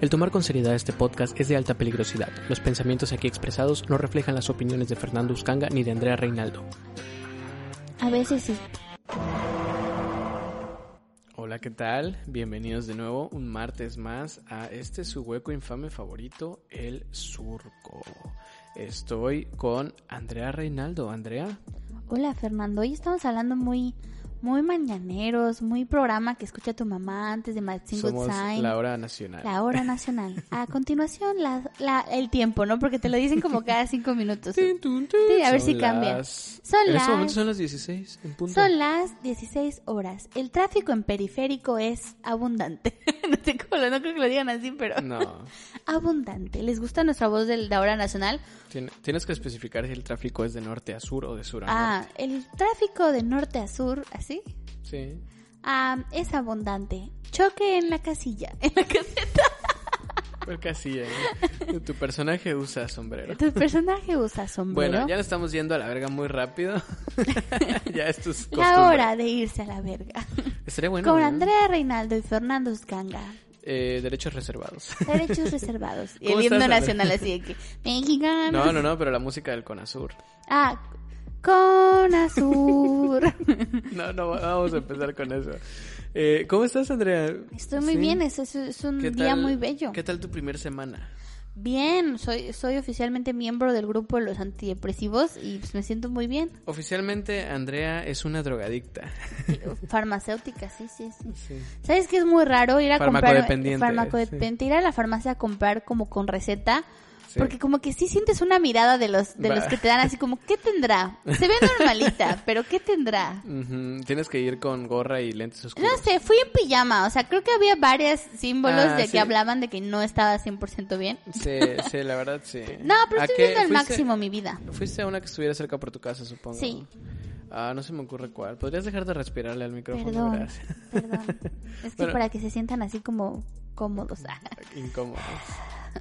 El tomar con seriedad este podcast es de alta peligrosidad. Los pensamientos aquí expresados no reflejan las opiniones de Fernando Uscanga ni de Andrea Reinaldo. A veces sí. Hola, ¿qué tal? Bienvenidos de nuevo un martes más a este su hueco infame favorito, El Surco. Estoy con Andrea Reinaldo. Andrea, Hola Fernando, hoy estamos hablando muy, muy mañaneros, muy programa que escucha tu mamá antes de Martin somos Good Sign. la hora nacional. La hora nacional. A continuación, la, la- el tiempo, ¿no? Porque te lo dicen como cada cinco minutos. Tin, tun, tun. Sí, a ver Son si cambia. las- Son en las- este momento son las 16, en punto. Son las 16 horas. El tráfico en periférico es abundante. no sé cómo lo- no creo que lo digan así, pero No, abundante. ¿Les gusta nuestra voz de la hora nacional? tiene- tienes que especificar si el tráfico es de norte a sur o de sur a Ah, el tráfico de norte a sur, ¿así? norte. Sí. Ah, es abundante. Choque en la casilla. En la caseta. Porque así, ¿eh? tu personaje usa sombrero. Tu personaje usa sombrero. Bueno, ya nos estamos yendo a la verga muy rápido. ya esto es costumbre. La hora de irse a la verga. Estaría bueno. Con ¿no? Andrea Reinaldo y Fernando Uscanga. Eh, derechos reservados. Derechos reservados. Y ¿Cómo el himno estás, Andrea? nacional así de que... Mexicanos. No, no, no, pero la música del Conasur. Ah, con azul. No, no, vamos a empezar con eso. Eh, ¿Cómo estás, Andrea? Estoy muy Sí. bien, es, es- es un ¿Qué día tal- muy bello. ¿Qué tal tu primer semana? Bien, soy, soy oficialmente miembro del grupo de los antidepresivos y pues, me siento muy bien. Oficialmente, Andrea es una drogadicta. Farmacéutica, sí, sí, sí. Sí. ¿Sabes qué es muy raro ir a comprar Farmacodependiente, farmacodependiente, ir a la farmacia a comprar como con receta? Sí. Porque como que sí sientes una mirada de los de Va. los que te dan así como ¿qué tendrá? Se ve normalita, pero ¿qué tendrá? Ujú, Tienes que ir con gorra y lentes No oscuros. sé, fui en pijama, o sea, creo que había varios símbolos Ah, de sí. que hablaban de que no estaba 100% bien. Sí, sí, la verdad, sí. No, pero ¿A estoy qué viendo al fuiste? máximo mi vida. Fuiste a una que estuviera cerca por tu casa, supongo. Sí. Ah, no se me ocurre cuál. ¿Podrías dejar de respirarle al micrófono? Perdón. Gracias. Perdón. Es que Bueno. para que se sientan así como cómodos. Ah. Incómodo.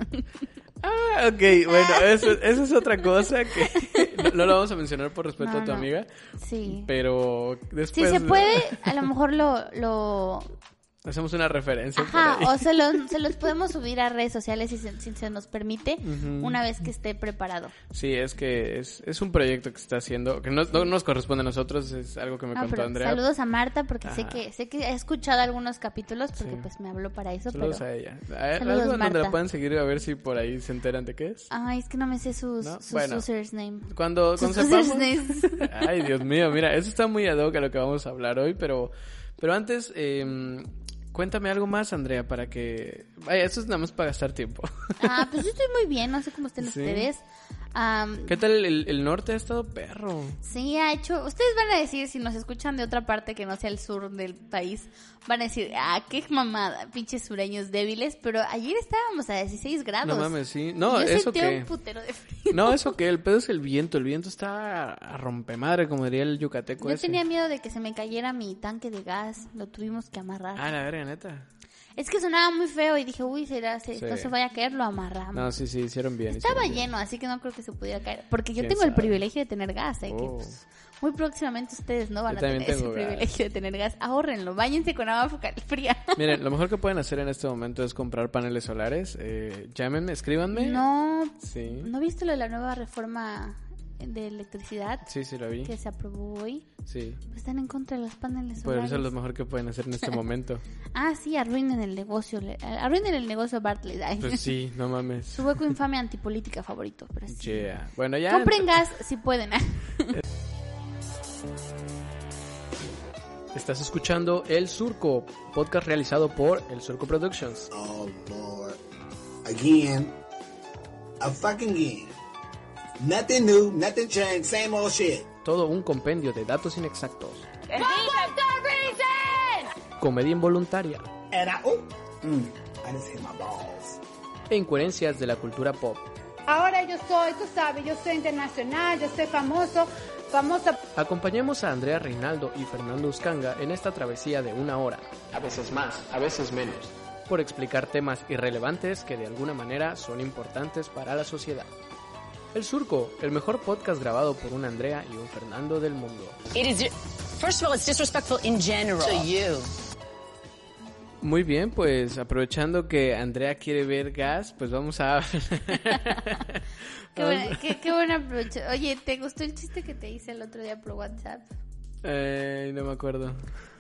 Ah, ok, bueno, eso, eso es otra cosa que no, no lo vamos a mencionar por respeto No, a tu no. amiga, Sí. pero Si después se puede, a lo mejor lo, lo, hacemos una referencia. por Ajá, ahí. o se los, se los podemos subir a redes sociales si se, si se nos permite, Mm. una vez que esté preparado. Sí, es que es, es un proyecto que se está haciendo, que no, no nos corresponde a nosotros, es algo que me Ah, contó pero Andrea. saludos a Marta porque sé Ajá. que sé que he escuchado algunos capítulos porque Sí. pues me habló para eso, Saludos pero a ella. A- Saludos, algo donde la Marta. puedan seguir a ver si por ahí se enteran de qué es. ay, es que no me sé sus No, sus bueno. username. Cuando, Sus cuando sepamos- usernames. Ay, Dios mío, mira, eso está muy ad hoc a lo que vamos a hablar hoy, pero, pero antes, eh, cuéntame algo más, Andrea, para que... Vaya, eso es nada más para gastar tiempo. Ah, pues yo estoy muy bien, no sé cómo estén Sí. ustedes. Am, ¿Qué tal el, el norte? Ha estado perro. Sí, ha hecho. Ustedes van a decir, si nos escuchan de otra parte que no sea el sur del país, van a decir, ah, qué mamada, pinches sureños débiles. Pero ayer estábamos a 16 No grados. mames, sí. No, Yo eso sentía que... un putero de frío. No, eso que, el pedo es el viento, el viento está a rompemadre, como diría el yucateco Yo ese. tenía miedo de que se me cayera mi tanque de gas, lo tuvimos que amarrar. Ah, la verga, neta. Es que sonaba muy feo y dije, uy, será, se- Sí. no se vaya a caer, lo amarramos. No, sí, sí, hicieron bien. Estaba hicieron bien. lleno, así que no creo que se pudiera caer. Porque yo ¿Quién tengo el sabe? privilegio de tener gas, ¿eh? que, Oh. pues, muy próximamente ustedes no van Yo a también tener ese tengo gas. privilegio de tener gas. Ahórrenlo, váyanse con agua focal fría. Miren, lo mejor que pueden hacer en este momento es comprar paneles solares. Eh, llámenme, escríbanme. No, Sí. ¿no viste lo de la nueva reforma de electricidad Sí, sí, lo vi. que se aprobó hoy? Sí. Pues están en contra de los paneles Pero solares. eso es lo mejor que pueden hacer en este momento. Ah, sí, arruinen el negocio. le- Arruinen el negocio Bartlett. Ay, Pues sí, no mames. Su hueco infame antipolítica favorito. Pero sí. Yeah. Bueno, ya. Compren gas si pueden. Estás escuchando El Surco, podcast realizado por El Surco Productions. Oh Lord. Again. A fucking again. Nothing new, nothing changed, same old shit. Todo un compendio de datos inexactos. Comedia involuntaria And I oh mm, I just hit my balls. e incoherencias de la cultura pop. Ahora yo soy, tú sabes, yo soy internacional, yo soy famoso, famosa Acompañemos a Andrea Reinaldo y Fernando Uscanga en esta travesía de una hora. A veces más, a veces menos. Por explicar temas irrelevantes que de alguna manera son importantes para la sociedad. El Surco, el mejor podcast grabado por un Andrea y un Fernando del mundo. It is. First of all, it's disrespectful in general. To you. Muy bien, pues aprovechando que Andrea quiere ver gas, pues vamos a... Qué buena, qué, qué buena aprovecha- Oye, ¿te gustó el chiste que te hice el otro día por WhatsApp? Eh, no me acuerdo.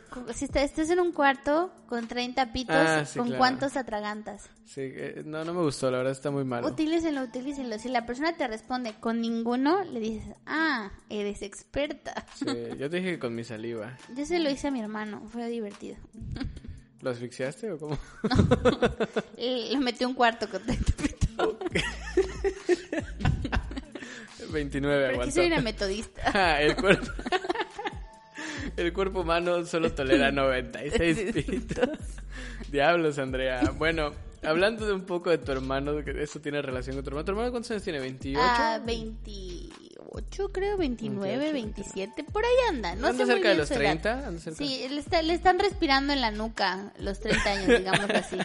Como Si está- estás en un cuarto con 30 pitos, Ah, sí, ¿con claro. cuántos atragantas? Sí, eh, no, no me gustó, la verdad está muy malo. Utilícenlo, utilícenlo. Si la persona te responde con ninguno, le dices, ah, eres experta. Sí, yo te dije que con mi saliva. Yo se lo hice a mi hermano, fue divertido. ¿Lo asfixiaste o cómo? Y Lo metí a un cuarto con 30 pitos. 29 Porque aguantó. soy una metodista. Ah, el cuerpo... El cuerpo humano solo tolera 96 pitos. Diablos, Andrea. Bueno, hablando de un poco de tu hermano, que eso tiene relación con tu hermano. ¿Tu hermano cuántos años tiene? ¿28? Ah, 28, creo, 29, 28, 27, por ahí anda. No Anda sé muy cerca de bien los su edad. 30, anda cerca. Sí, le, está- le están respirando en la nuca los 30 años, digamos así.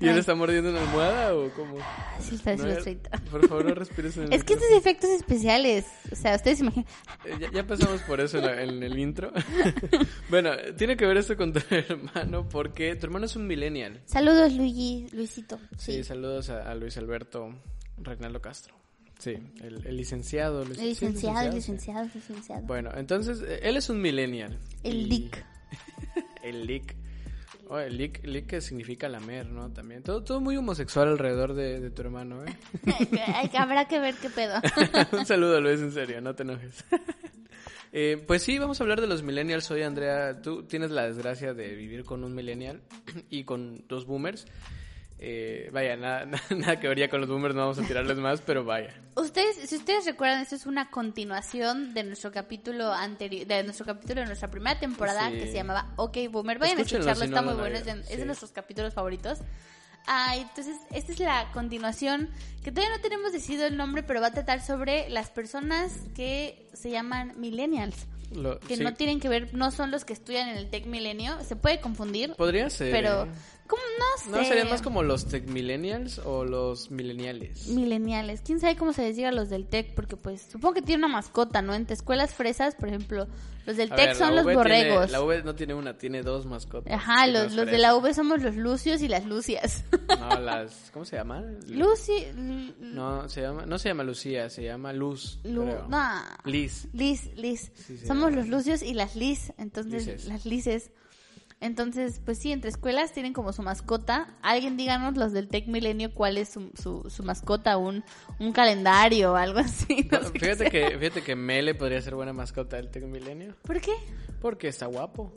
¿Y él está mordiendo una almohada o cómo? Ah, Sí, está No, diciendo eh, los 30. Por favor, no respires en el Es que estos micrófono. efectos especiales, o sea, ustedes se imaginan. Eh, Ya, ya pasamos por eso en, la- en el intro. bueno, tiene que ver esto con tu hermano porque tu hermano es un millennial. Saludos, Luigi, Luisito. Sí, Sí, saludos a, a Luis Alberto Reinaldo Castro. Sí, el, el licenciado. Luis- El licenciado, sí, el licenciado, el licenciado. Bueno, entonces, eh, él es un millennial. El Y- Dick. El lick. Oh, el lick, lick que significa lamer, ¿no? También. Todo, todo muy homosexual alrededor de, de tu hermano, ¿eh? Ay, Habrá que ver qué pedo. Un saludo, Luis, en serio, no te enojes. Eh, pues sí, vamos a hablar de los millennials hoy, Andrea. Tú tienes la desgracia de vivir con un millennial y con dos boomers. Eh, vaya, nada, nada que vería con los boomers, no vamos a tirarles más, pero vaya. Ustedes, si ustedes recuerdan, esto es una continuación de nuestro capítulo anterior, de nuestro capítulo de nuestra primera temporada Sí. que se llamaba OK Boomer. Vayan Escúchenlo a escucharlo, si no está lo muy han bueno, es oído. de, es de Sí. nuestros capítulos favoritos. Ah, entonces, esta es la continuación que todavía no tenemos decidido el nombre, pero va a tratar sobre las personas que se llaman millennials, Lo- que sí, no tienen que ver, no son los que estudian en el Tech Milenio, se puede confundir, Podría ser. pero ¿eh? ¿cómo? no sé. ¿No serían más como los tech millennials o los millenniales? mileniales. ¿Quién sabe cómo se les diga a los del TEC? Porque pues supongo que tiene una mascota, ¿no? Entre escuelas fresas, por ejemplo, los del A TEC ver, son la los V tiene- borregos. la V no tiene una, tiene dos mascotas. Ajá, que no los, es los de la fresa. V somos los lucios y las lucias. No, las. ¿Cómo se llaman? Lucy... No, se llama, no se llama Lucía, se llama Luz. Lu- creo. no. Liz. Liz, Liz. Sí, sí, somos ya. los lucios y las Liz, entonces Lices. las Lices. Entonces, pues sí, entre escuelas tienen como su mascota. Alguien díganos los del Tech Milenio cuál es su, su, su mascota, un, un calendario o algo así. no No, sé qué fíjate, sea. que, fíjate que Mele podría ser buena mascota del Tech Milenio. ¿Por qué? Porque está guapo.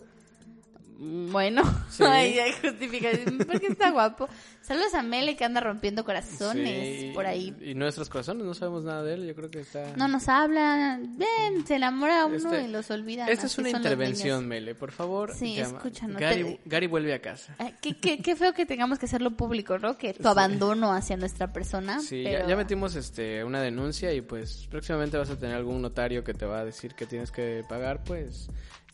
Mm, Bueno, Sí. ay, ay, justificación, porque está guapo. Saludos a Mele que anda rompiendo corazones Sí, por ahí. Y nuestros corazones, no sabemos nada de él. Yo creo que está. No nos hablan, ven, se enamora uno Este- y los olvida. Esta es así una son los intervención, niños. Mele. Por favor, Sí, llama. escúchanos, Gary, te- Gary vuelve a casa. Ay, Qué, qué- qué feo que tengamos que hacerlo público, ¿no? Que tu abandono hacia nuestra persona. Sí, Ah, pero- ya, ya metimos este, una denuncia y pues próximamente vas a tener algún notario que te va a decir que tienes que pagar pues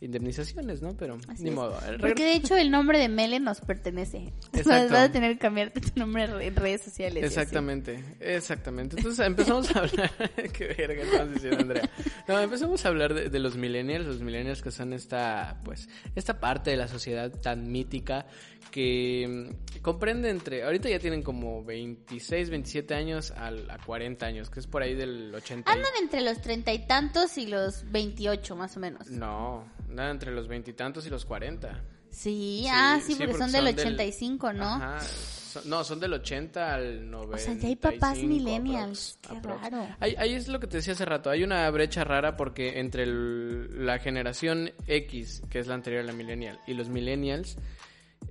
indemnizaciones, ¿no? Pero así ni es. modo. El Porque de hecho el nombre de Mele nos pertenece. Exacto. Vas a tener que cambiarte tu nombre en redes sociales. y así. Exactamente, exactamente. Entonces empezamos a hablar. Qué verga estamos diciendo, Andrea. No, empezamos a hablar de, de los millennials, los millennials que son esta, pues, esta parte de la sociedad tan mítica que mm, comprende entre. Ahorita ya tienen como 26, 27 años al, a 40 años, que es por ahí del 80. y- Andan entre los treinta y tantos y los veintiocho, más o menos. No, nada entre los veintitantos y los 40. Sí, ah, sí, porque, son del del- 85, ¿no? Ajá. Son- no, son del 80 al 90. sea, ya hay papás millennials. Qué raro. Ahí, ahí es lo que te decía hace rato. Hay una brecha rara porque entre el- la generación X, que es la anterior a la millennial, y los millennials,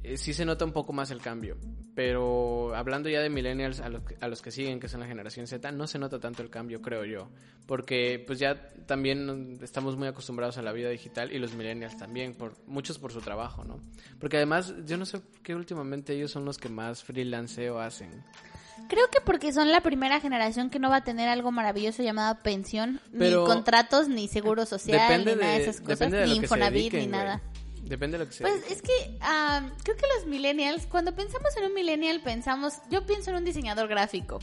eh, sí se nota un poco más el cambio. Pero hablando ya de millennials, a los, que- a los que siguen, que son la generación Z, no se nota tanto el cambio, creo yo. Porque pues ya también estamos muy acostumbrados a la vida digital y los millennials también, por, muchos por su trabajo, ¿no? Porque además, yo no sé por qué últimamente ellos son los que más freelanceo hacen. Creo que porque son la primera generación que no va a tener algo maravilloso llamado pensión, Pero- ni contratos, ni seguro social, depende ni nada de de- esas cosas, depende de ni lo que se Infonavit, ni dediquen, güey. nada. Depende de lo que se Pues dediquen. es que ah, creo que los millennials, cuando pensamos en un millennial, pensamos, yo pienso en un diseñador gráfico.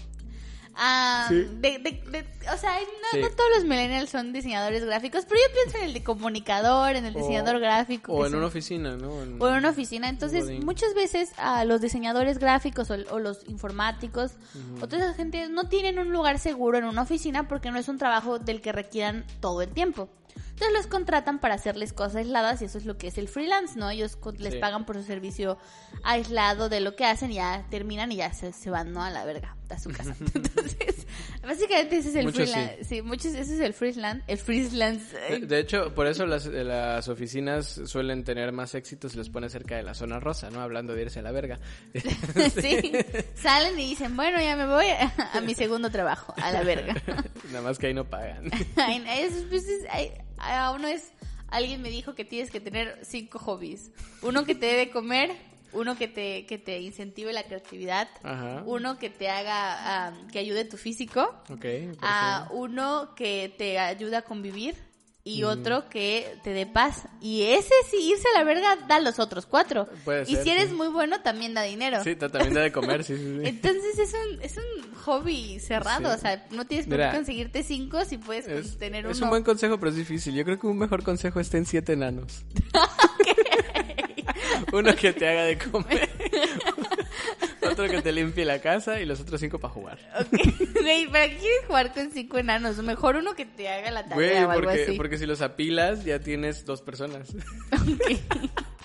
Ah, Sí. de- de- de- o sea, no, Sí. no todos los millennials son diseñadores gráficos, pero yo pienso en el de comunicador, en el O- diseñador gráfico. O que en son- una oficina, ¿no? En- o en una oficina. Entonces, Godín. muchas veces a los diseñadores gráficos o, o los informáticos o toda esa gente no tienen un lugar seguro en una oficina porque no es un trabajo del que requieran todo el tiempo. Entonces los contratan para hacerles cosas aisladas y eso es lo que es el freelance, ¿no? Ellos co- les Sí. pagan por su servicio aislado de lo que hacen y ya terminan y ya se, se van, ¿no? A la verga, a su casa. Entonces, básicamente ese es el Muchos sí. freelance. Sí, muchos, ese es el freelance. El freelance. De- eh, De hecho, por eso las, eh, las oficinas suelen tener más éxito si los pones cerca de la zona rosa, ¿no? Hablando de irse a la verga. sí. Salen y dicen, bueno, ya me voy a, a mi segundo trabajo, a la verga. Nada más que ahí no pagan. Ay, es- pues, es- ay, a uno es, alguien me dijo que tienes que tener cinco hobbies. Uno que te dé de comer, uno que te, que te incentive la creatividad, Ajá. uno que te haga, am, que ayude tu físico, Ok. perfecto. a uno que te ayuda a convivir y Mm. otro que te dé paz. Y ese sí, irse a la verga da los otros cuatro. Puede y ser, si eres sí. muy bueno, también da dinero. Sí, ta- también da de comer, sí, sí, sí. Entonces es un, es un hobby cerrado, Sí. o sea, no tienes por Mira, qué conseguirte cinco si puedes pues, Es, tener es uno. un buen consejo, pero es difícil. Yo creo que un mejor consejo está en siete enanos. Uno que te haga de comer. Otro que te limpie la casa y los otros cinco para jugar. Ok, Güey, ¿para qué quieres jugar con cinco enanos? Mejor uno que te haga la Güey, tarea o algo porque, así. porque si los apilas ya tienes dos personas.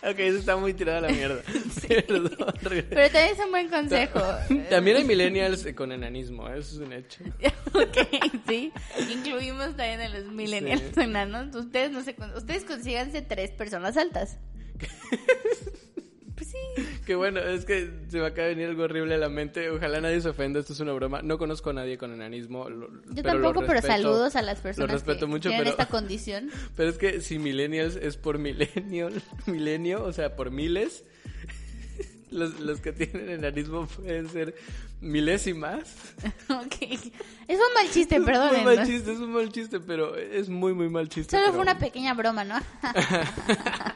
Ok, eso está muy tirado a la mierda. Perdón. Pero también es un buen consejo. eh. También hay millennials con enanismo, ¿eh? eso es un hecho. ok, sí. Incluimos también a los millennials Sí. enanos. Ustedes no se con- ustedes consíganse tres personas altas. pues sí. Que bueno, es que se me acaba de venir algo horrible a la mente. Ojalá nadie se ofenda, esto es una broma. No conozco a nadie con enanismo. lo- Yo pero lo tampoco, pero respeto. saludos a las personas Lo respeto que mucho, tienen pero, esta condición. pero es que si millennials es por millennial, milenio, o sea, por miles, los, los que tienen enanismo pueden ser milésimas. Ok. Es un mal chiste, Es perdonen. un mal chiste, es un mal chiste, pero es muy, muy mal chiste. Solo pero- fue una pequeña broma, ¿no?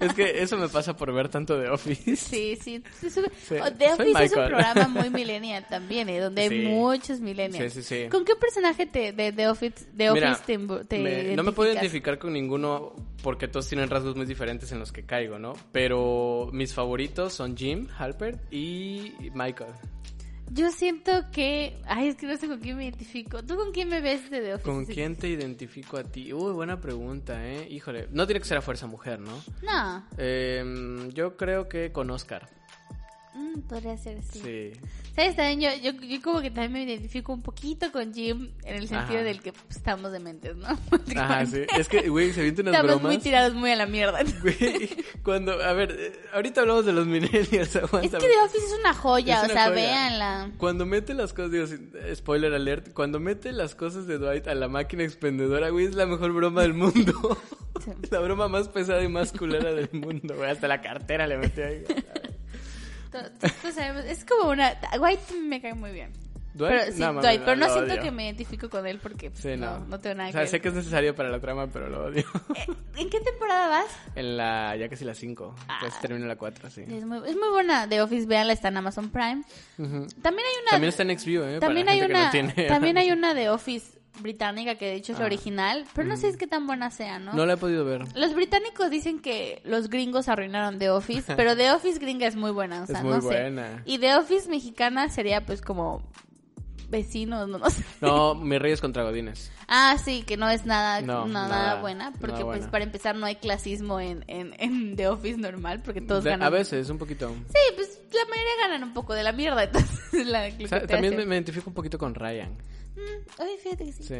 Es que eso me pasa por ver tanto de Office. sí, sí. Se sube- Sí, Oh, soy The Office es un Michael. programa muy millennial también, ¿eh? Donde Sí. hay muchos millennials. Sí, sí, sí. ¿Con qué personaje te- de The Office, de Mira, Office te, embo- te me- no me puedo identificas? identificar con ninguno porque todos tienen rasgos muy diferentes en los que caigo, ¿no? Pero mis favoritos son Jim, Halpert y Michael. Yo siento que... Ay, es que no sé con quién me identifico. ¿Tú con quién me ves de The Office? ¿Con quién te identifico a ti? Uy, buena pregunta, ¿eh? Híjole, no tiene que ser a fuerza mujer, ¿no? No, Em, yo creo que con Oscar. Mm, podría ser así. Sí. ¿Sabes? También yo, yo, yo como que también me identifico un poquito con Jim en el sentido Ajá. del que pues, estamos dementes, ¿no? Ajá, sí. Es que, güey, se vienen unas Estamos bromas. muy tirados muy a la mierda. Güey, cuando, a ver, eh, ahorita hablamos de los millennials, Es que aguántame. The Office es una joya, Es o una sea, joya. véanla. Cuando mete las cosas, digo, sin- spoiler alert, cuando mete las cosas de Dwight a la máquina expendedora, güey, es la mejor broma del mundo. Sí. la broma más pesada y más culera del mundo, güey, hasta la cartera le mete ahí. To- todos sabemos- Es como una. White me cae muy bien. Dwight, pero sí, no, mami, Dwight, pero no lo siento odio. que me identifico con él porque pues, Sí, no. no. no, tengo nada O sea, que sé ver. que es necesario para la trama, pero lo odio. Eh, ¿En qué temporada vas? en la, ya casi la 5, Ah. casi termina la 4, sí. Es muy, es muy buena The Office, véanla, está en Amazon Prime. También hay una. También está en XView, eh, también para hay la gente una. que no tiene. También hay una de Office británica que de hecho es la Ah. original, pero no sé es qué tan buena sea, ¿no? No la he podido ver. Los británicos dicen que los gringos arruinaron The Office, pero The Office gringa es muy buena, o sea, Es muy no buena. sé. Y The Office mexicana sería pues como vecinos, no, no sé. No, me reyes contra Godines. Ah, sí, que no es nada, No, no, nada, nada, buena, porque nada pues buena. para empezar no hay clasismo en, en, en The Office normal, porque todos De- ganan. a veces, un poquito. Sí, pues la mayoría ganan un poco de la mierda, entonces la O sea, cliquetea también me, hacia- me identifico un poquito con Ryan. Mm, oye, fíjate que sí. Sí.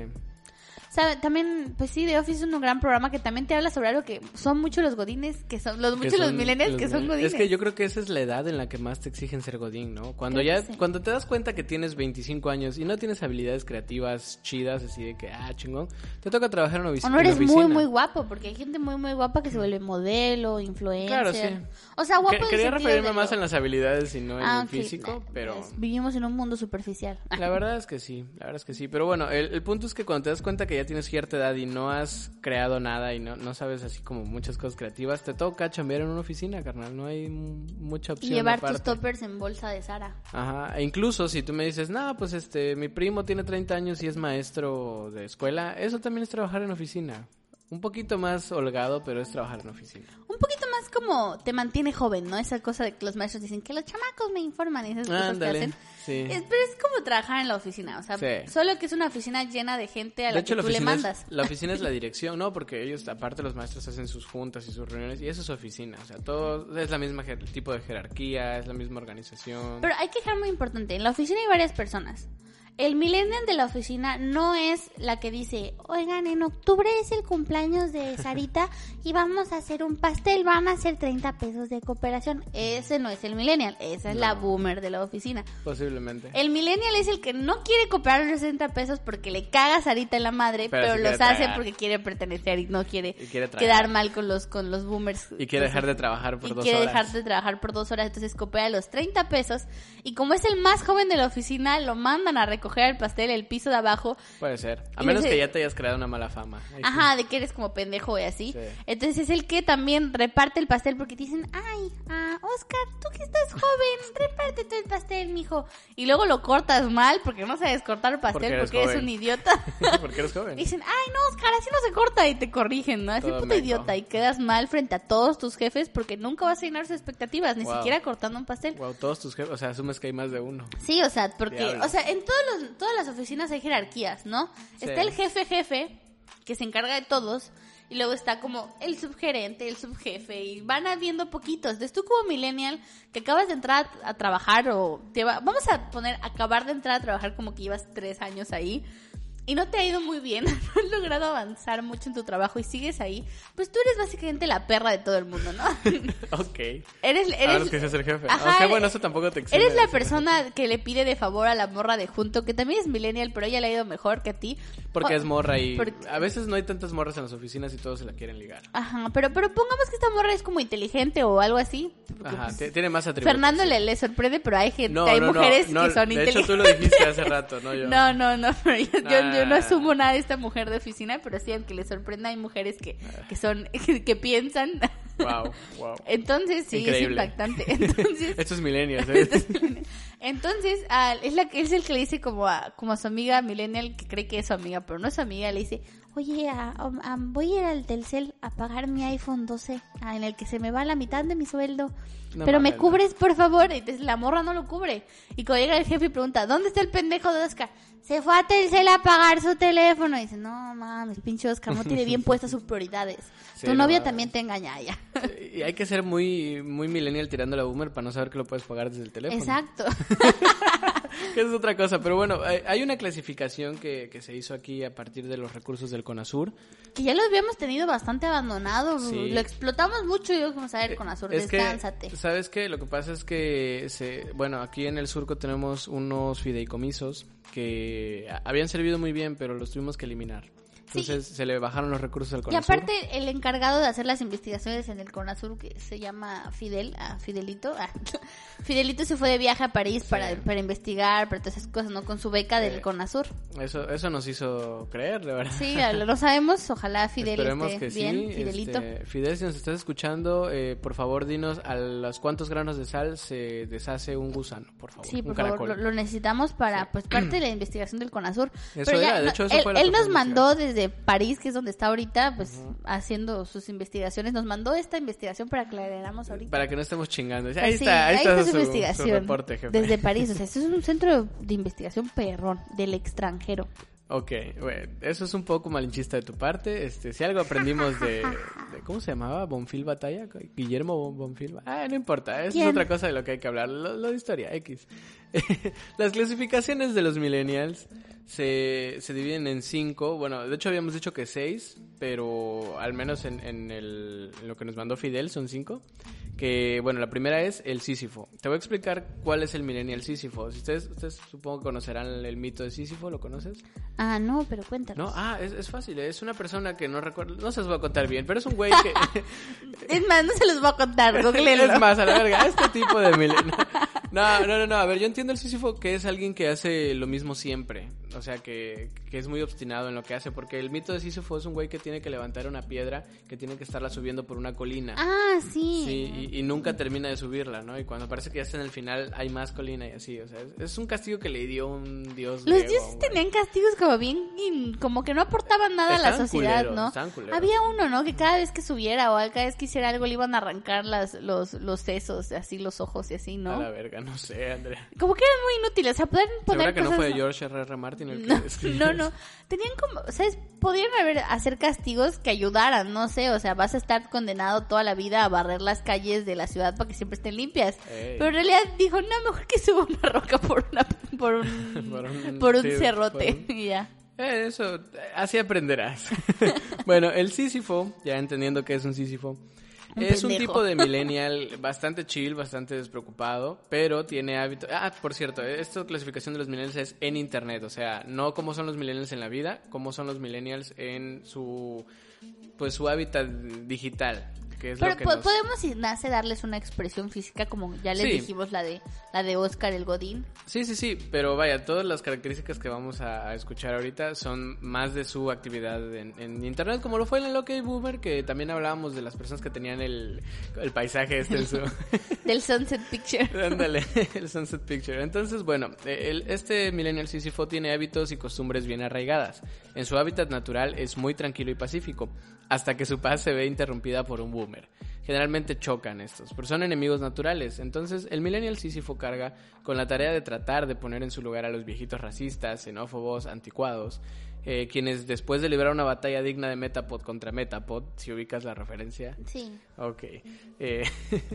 ¿Sabe? También, pues sí, The Office es un gran programa que también te habla sobre algo que son muchos los godines, que son los muchos Que los son- millennials los que son mil- godines. Es que yo creo que esa es la edad en la que más te exigen ser godín, ¿no? Cuando Creo que ya, sí. cuando te das cuenta que tienes 25 años y no tienes habilidades creativas chidas, así de que, ah, chingón, te toca trabajar en una ofici- O en no una eres oficina. muy, muy guapo, porque hay gente muy, muy guapa que se vuelve modelo, influencer. Claro, sí. O sea, guapo Que- en quería el sentido referirme de más lo- en las habilidades y no en Ah, el ok, físico, nah, pero... pues, vivimos en un mundo superficial. La verdad es que sí, la verdad es que sí. Pero bueno, el, el punto es que cuando te das cuenta que ya tienes cierta edad y no has creado nada y no, no sabes así como muchas cosas creativas, te toca chambear en una oficina, carnal. No hay m- mucha Y opción. llevar tus aparte. toppers en bolsa de Sara. Ajá, e incluso si tú me dices, no, pues este, mi primo tiene 30 años y es maestro de escuela, eso también es trabajar en oficina. Un poquito más holgado, pero es trabajar en oficina. Un poquito más como te mantiene joven, ¿no? Esa cosa de que los maestros dicen que los chamacos me informan y esas cosas Ándale, que hacen. sí. Es- pero es como trabajar en la oficina, o sea, Sí. solo que es una oficina llena de gente a la de hecho, que la tú le oficina, mandas. es, la oficina es la dirección, ¿no? Porque ellos, aparte los maestros, hacen sus juntas y sus reuniones y eso es oficina. O sea, todo es la misma jer- tipo de jerarquía, es la misma organización. Pero hay que dejar muy importante, en la oficina hay varias personas. El millennial de la oficina no es la que dice, oigan, en octubre es el cumpleaños de Sarita y vamos a hacer un pastel, van a hacer 30 pesos de cooperación. Ese no es el millennial, esa es la boomer de la oficina. Posiblemente. El millennial es el que no quiere cooperar los 60 pesos porque le caga a Sarita en la madre, Pero pero, sí los quiere hace tragar. porque quiere pertenecer y no quiere, Y quiere tragar. quedar mal con los con los boomers. Y quiere dejar de trabajar por pues, Y dos quiere horas. dejar de trabajar por dos horas, entonces coopera los 30 pesos. Y como es el más joven de la oficina, lo mandan a recoger el pastel el piso de abajo. Puede ser. A Y menos dice- que ya te hayas creado una mala fama. Ahí sí. Ajá, de que eres como pendejo y así. Sí. Entonces es el que también reparte el pastel porque te dicen, ay, ah, Oscar, tú que estás joven, reparte tú el pastel, mijo. Y luego lo cortas mal porque no sabes cortar pastel Porque porque eres eres, joven. un idiota. Porque eres joven. Dicen, ay, no, Oscar, así no se corta y te corrigen, ¿no? Así Todo puto meco. idiota y quedas mal frente a todos tus jefes porque nunca vas a llenar sus expectativas, ni Wow. siquiera cortando un pastel. Wow, todos tus jefes, o sea, asumes que hay más de uno. Sí, o sea, porque, Diablo. o sea, en todos los- todas las oficinas hay jerarquías, ¿no? Sí. Está el jefe jefe, que se encarga de todos, y luego está como el subgerente, el subjefe, y van habiendo poquitos. Entonces tú como millennial, que acabas de entrar a, a trabajar o te va- vamos a poner, acabar de entrar a trabajar como que llevas tres años ahí, y no te ha ido muy bien, no has logrado avanzar mucho en tu trabajo y sigues ahí, pues tú eres básicamente la perra de todo el mundo, ¿no? Ok. eres, Ahora eres, es Ah, que seas el jefe. Ajá, ok, eres- bueno, eso tampoco te exime Eres de la ser- persona que le pide de favor a la morra de junto, que también es millennial, pero ella le ha ido mejor que a ti. Porque O- es morra y porque- a veces no hay tantas morras en las oficinas y todos se la quieren ligar. Ajá, pero, pero pongamos que esta morra es como inteligente o algo así. porque, Ajá, pues, t- tiene más atributos. Fernando le, le sorprende, pero hay gente, No, hay no, no, mujeres no, que son de hecho, inteligentes. tú lo dijiste hace rato, no yo. No, no, no, pero yo, yo- yo no Ah. asumo nada de esta mujer de oficina, pero sí, aunque le sorprenda, hay mujeres que, que son, que, que piensan. Wow, wow. Entonces, sí, Increíble. es impactante. Entonces, Esto es millennials, ¿eh? Este Entonces, al- es, la, que- es el que le dice como a, como a su amiga Millennial, que cree que es su amiga, pero no es su amiga, le dice, oye, a- a- a- voy a ir al Telcel a pagar mi iPhone 12, ah, en el que se me va la mitad de mi sueldo, No pero me mames, no. cubres, por favor. Y entonces la morra no lo cubre. Y cuando llega el jefe y pregunta, ¿dónde está el pendejo de Oscar? Se fue a Telcel a pagar su teléfono. Y dice, no mames, pinche Oscar, no tiene bien puestas sus prioridades. Sí, tu no novia mames. también te engaña ya. Y hay que ser muy, muy millennial tirando la boomer para no saber que lo puedes pagar desde el teléfono. Exacto. Que es otra cosa, pero bueno, hay hay una clasificación que, que se hizo aquí a partir de los recursos del CONASUR. Que ya lo habíamos tenido bastante abandonado. Sí. Eh, Lo explotamos mucho y vamos a ver con Azur, Es que, descánsate. ¿Sabes qué? Lo que pasa es que, se, bueno, aquí en el surco tenemos unos fideicomisos que a- habían servido muy bien, pero los tuvimos que eliminar. Entonces se le bajaron los recursos al Y CONASUR. aparte, el encargado de hacer las investigaciones en el CONASUR, que se llama Fidel, ah, Fidelito, ah, Fidelito se fue de viaje a París para, para investigar, para todas esas cosas, ¿no? Con su beca del Sí. CONASUR. Eso, eso nos hizo creer, de verdad. Sí, lo sabemos, ojalá Fidel Esperemos esté que bien, sí. Fidelito. este, Fidel, si nos estás escuchando, eh, por favor dinos a los cuántos granos de sal se deshace un gusano, por favor. Sí, un por favor, caracol. lo, lo necesitamos para pues parte de la investigación del CONASUR. Eso Pero ya, era, de no, hecho, eso él, fue la él nos propuesta. mandó desde París, que es donde está ahorita, pues haciendo sus investigaciones, nos mandó esta investigación para que la leamos ahorita. Para que no estemos chingando. Dice, Pues Ahí sí, está, ahí, está, su, su investigación reporte, jefe. desde París, o sea, esto es un centro de investigación perrón del extranjero. Ok, bueno, eso es un poco malinchista de tu parte. Este, si algo aprendimos de, de- ¿cómo se llamaba? Bonfil Batalla, Guillermo Bon- Bonfil. Ah, no importa, eso ¿Quién? es otra cosa de lo que hay que hablar, lo, lo de historia X. Las clasificaciones de los millennials se, se dividen en cinco, bueno, de hecho habíamos dicho que seis, pero al menos en, en el- en lo que nos mandó Fidel son cinco. Que bueno, la primera es el Sísifo. Te voy a explicar cuál es el Millennial Sísifo. Si ustedes, ustedes supongo que conocerán el mito de Sísifo, ¿lo conoces? Ah, no, pero cuéntanos. No, ah, es, es fácil, es una persona que no recuerdo, no se los voy a contar bien, pero es un güey que... Es más, no se los voy a contar, googleenlo. Es más, a la verga, este tipo de mil... No, no, no, no, a ver, yo entiendo el Sísifo que es alguien que hace lo mismo siempre, o sea, que, que es muy obstinado en lo que hace, porque el mito de Sísifo es un güey que tiene que levantar una piedra, que tiene que estarla subiendo por una colina. Ah, sí. Sí, y, y nunca termina de subirla, ¿no? Y cuando parece que ya está en el final, hay más colina y así, o sea, es, es un castigo que le dio un dios Los griego, dioses güey. tenían castigos como bien, in- como que no aportaban nada a la Estaban sociedad, culeros, ¿no? estaban culeros. Había uno, ¿no? Que cada vez que subiera o cada vez que hiciera algo le iban a arrancar las, los, los sesos, así los ojos y así, A la ¿no? verga, no sé, Andrea. Como que eran muy inútiles, o sea, podían poner Seguro que no Pues cosas- fue George R.R. Martin el que escribió no, no, eso? no. Tenían como, ¿sabes? Podían haber, hacer castigos que ayudaran, no sé, o sea, vas a estar condenado toda la vida a barrer las calles de la ciudad para que siempre estén limpias. Ey. Pero en realidad dijo, no, mejor que suba una roca por una, por un, Por por un- un, sí, cerrote, por y ya. Eh, eso, eh, así aprenderás. bueno, el Sísifo, ya entendiendo que es un Sísifo, Un es un pendejo. tipo de millennial bastante chill, bastante despreocupado, pero tiene hábito. Ah, por cierto, esta clasificación de los millennials es en internet, o sea, no cómo son los millennials en la vida, cómo son los millennials en su pues su hábitat digital, que es Pero lo que po- nos- podemos, si nace, darles una expresión física, como ya les Sí. dijimos la de, la de Oscar el Godín. Sí, sí, sí, pero vaya, todas las características que vamos a a escuchar ahorita son más de su actividad en, en internet, como lo fue en el OK Boomer, que también hablábamos de las personas que tenían el, el paisaje este en su... Del Sunset Picture. Ándale, el Sunset Picture. Entonces, bueno, el- este Millennial Sísifo tiene hábitos y costumbres bien arraigadas. En su hábitat natural es muy tranquilo y pacífico, hasta que su paz se ve interrumpida por un boomer. Generalmente chocan estos, pero son enemigos naturales. Entonces, el Millennial Sísifo carga con la tarea de tratar de poner en su lugar a los viejitos racistas, xenófobos, anticuados, eh, quienes después de librar una batalla digna de Metapod contra Metapod, si ubicas la referencia, Sí. Ok. Eh,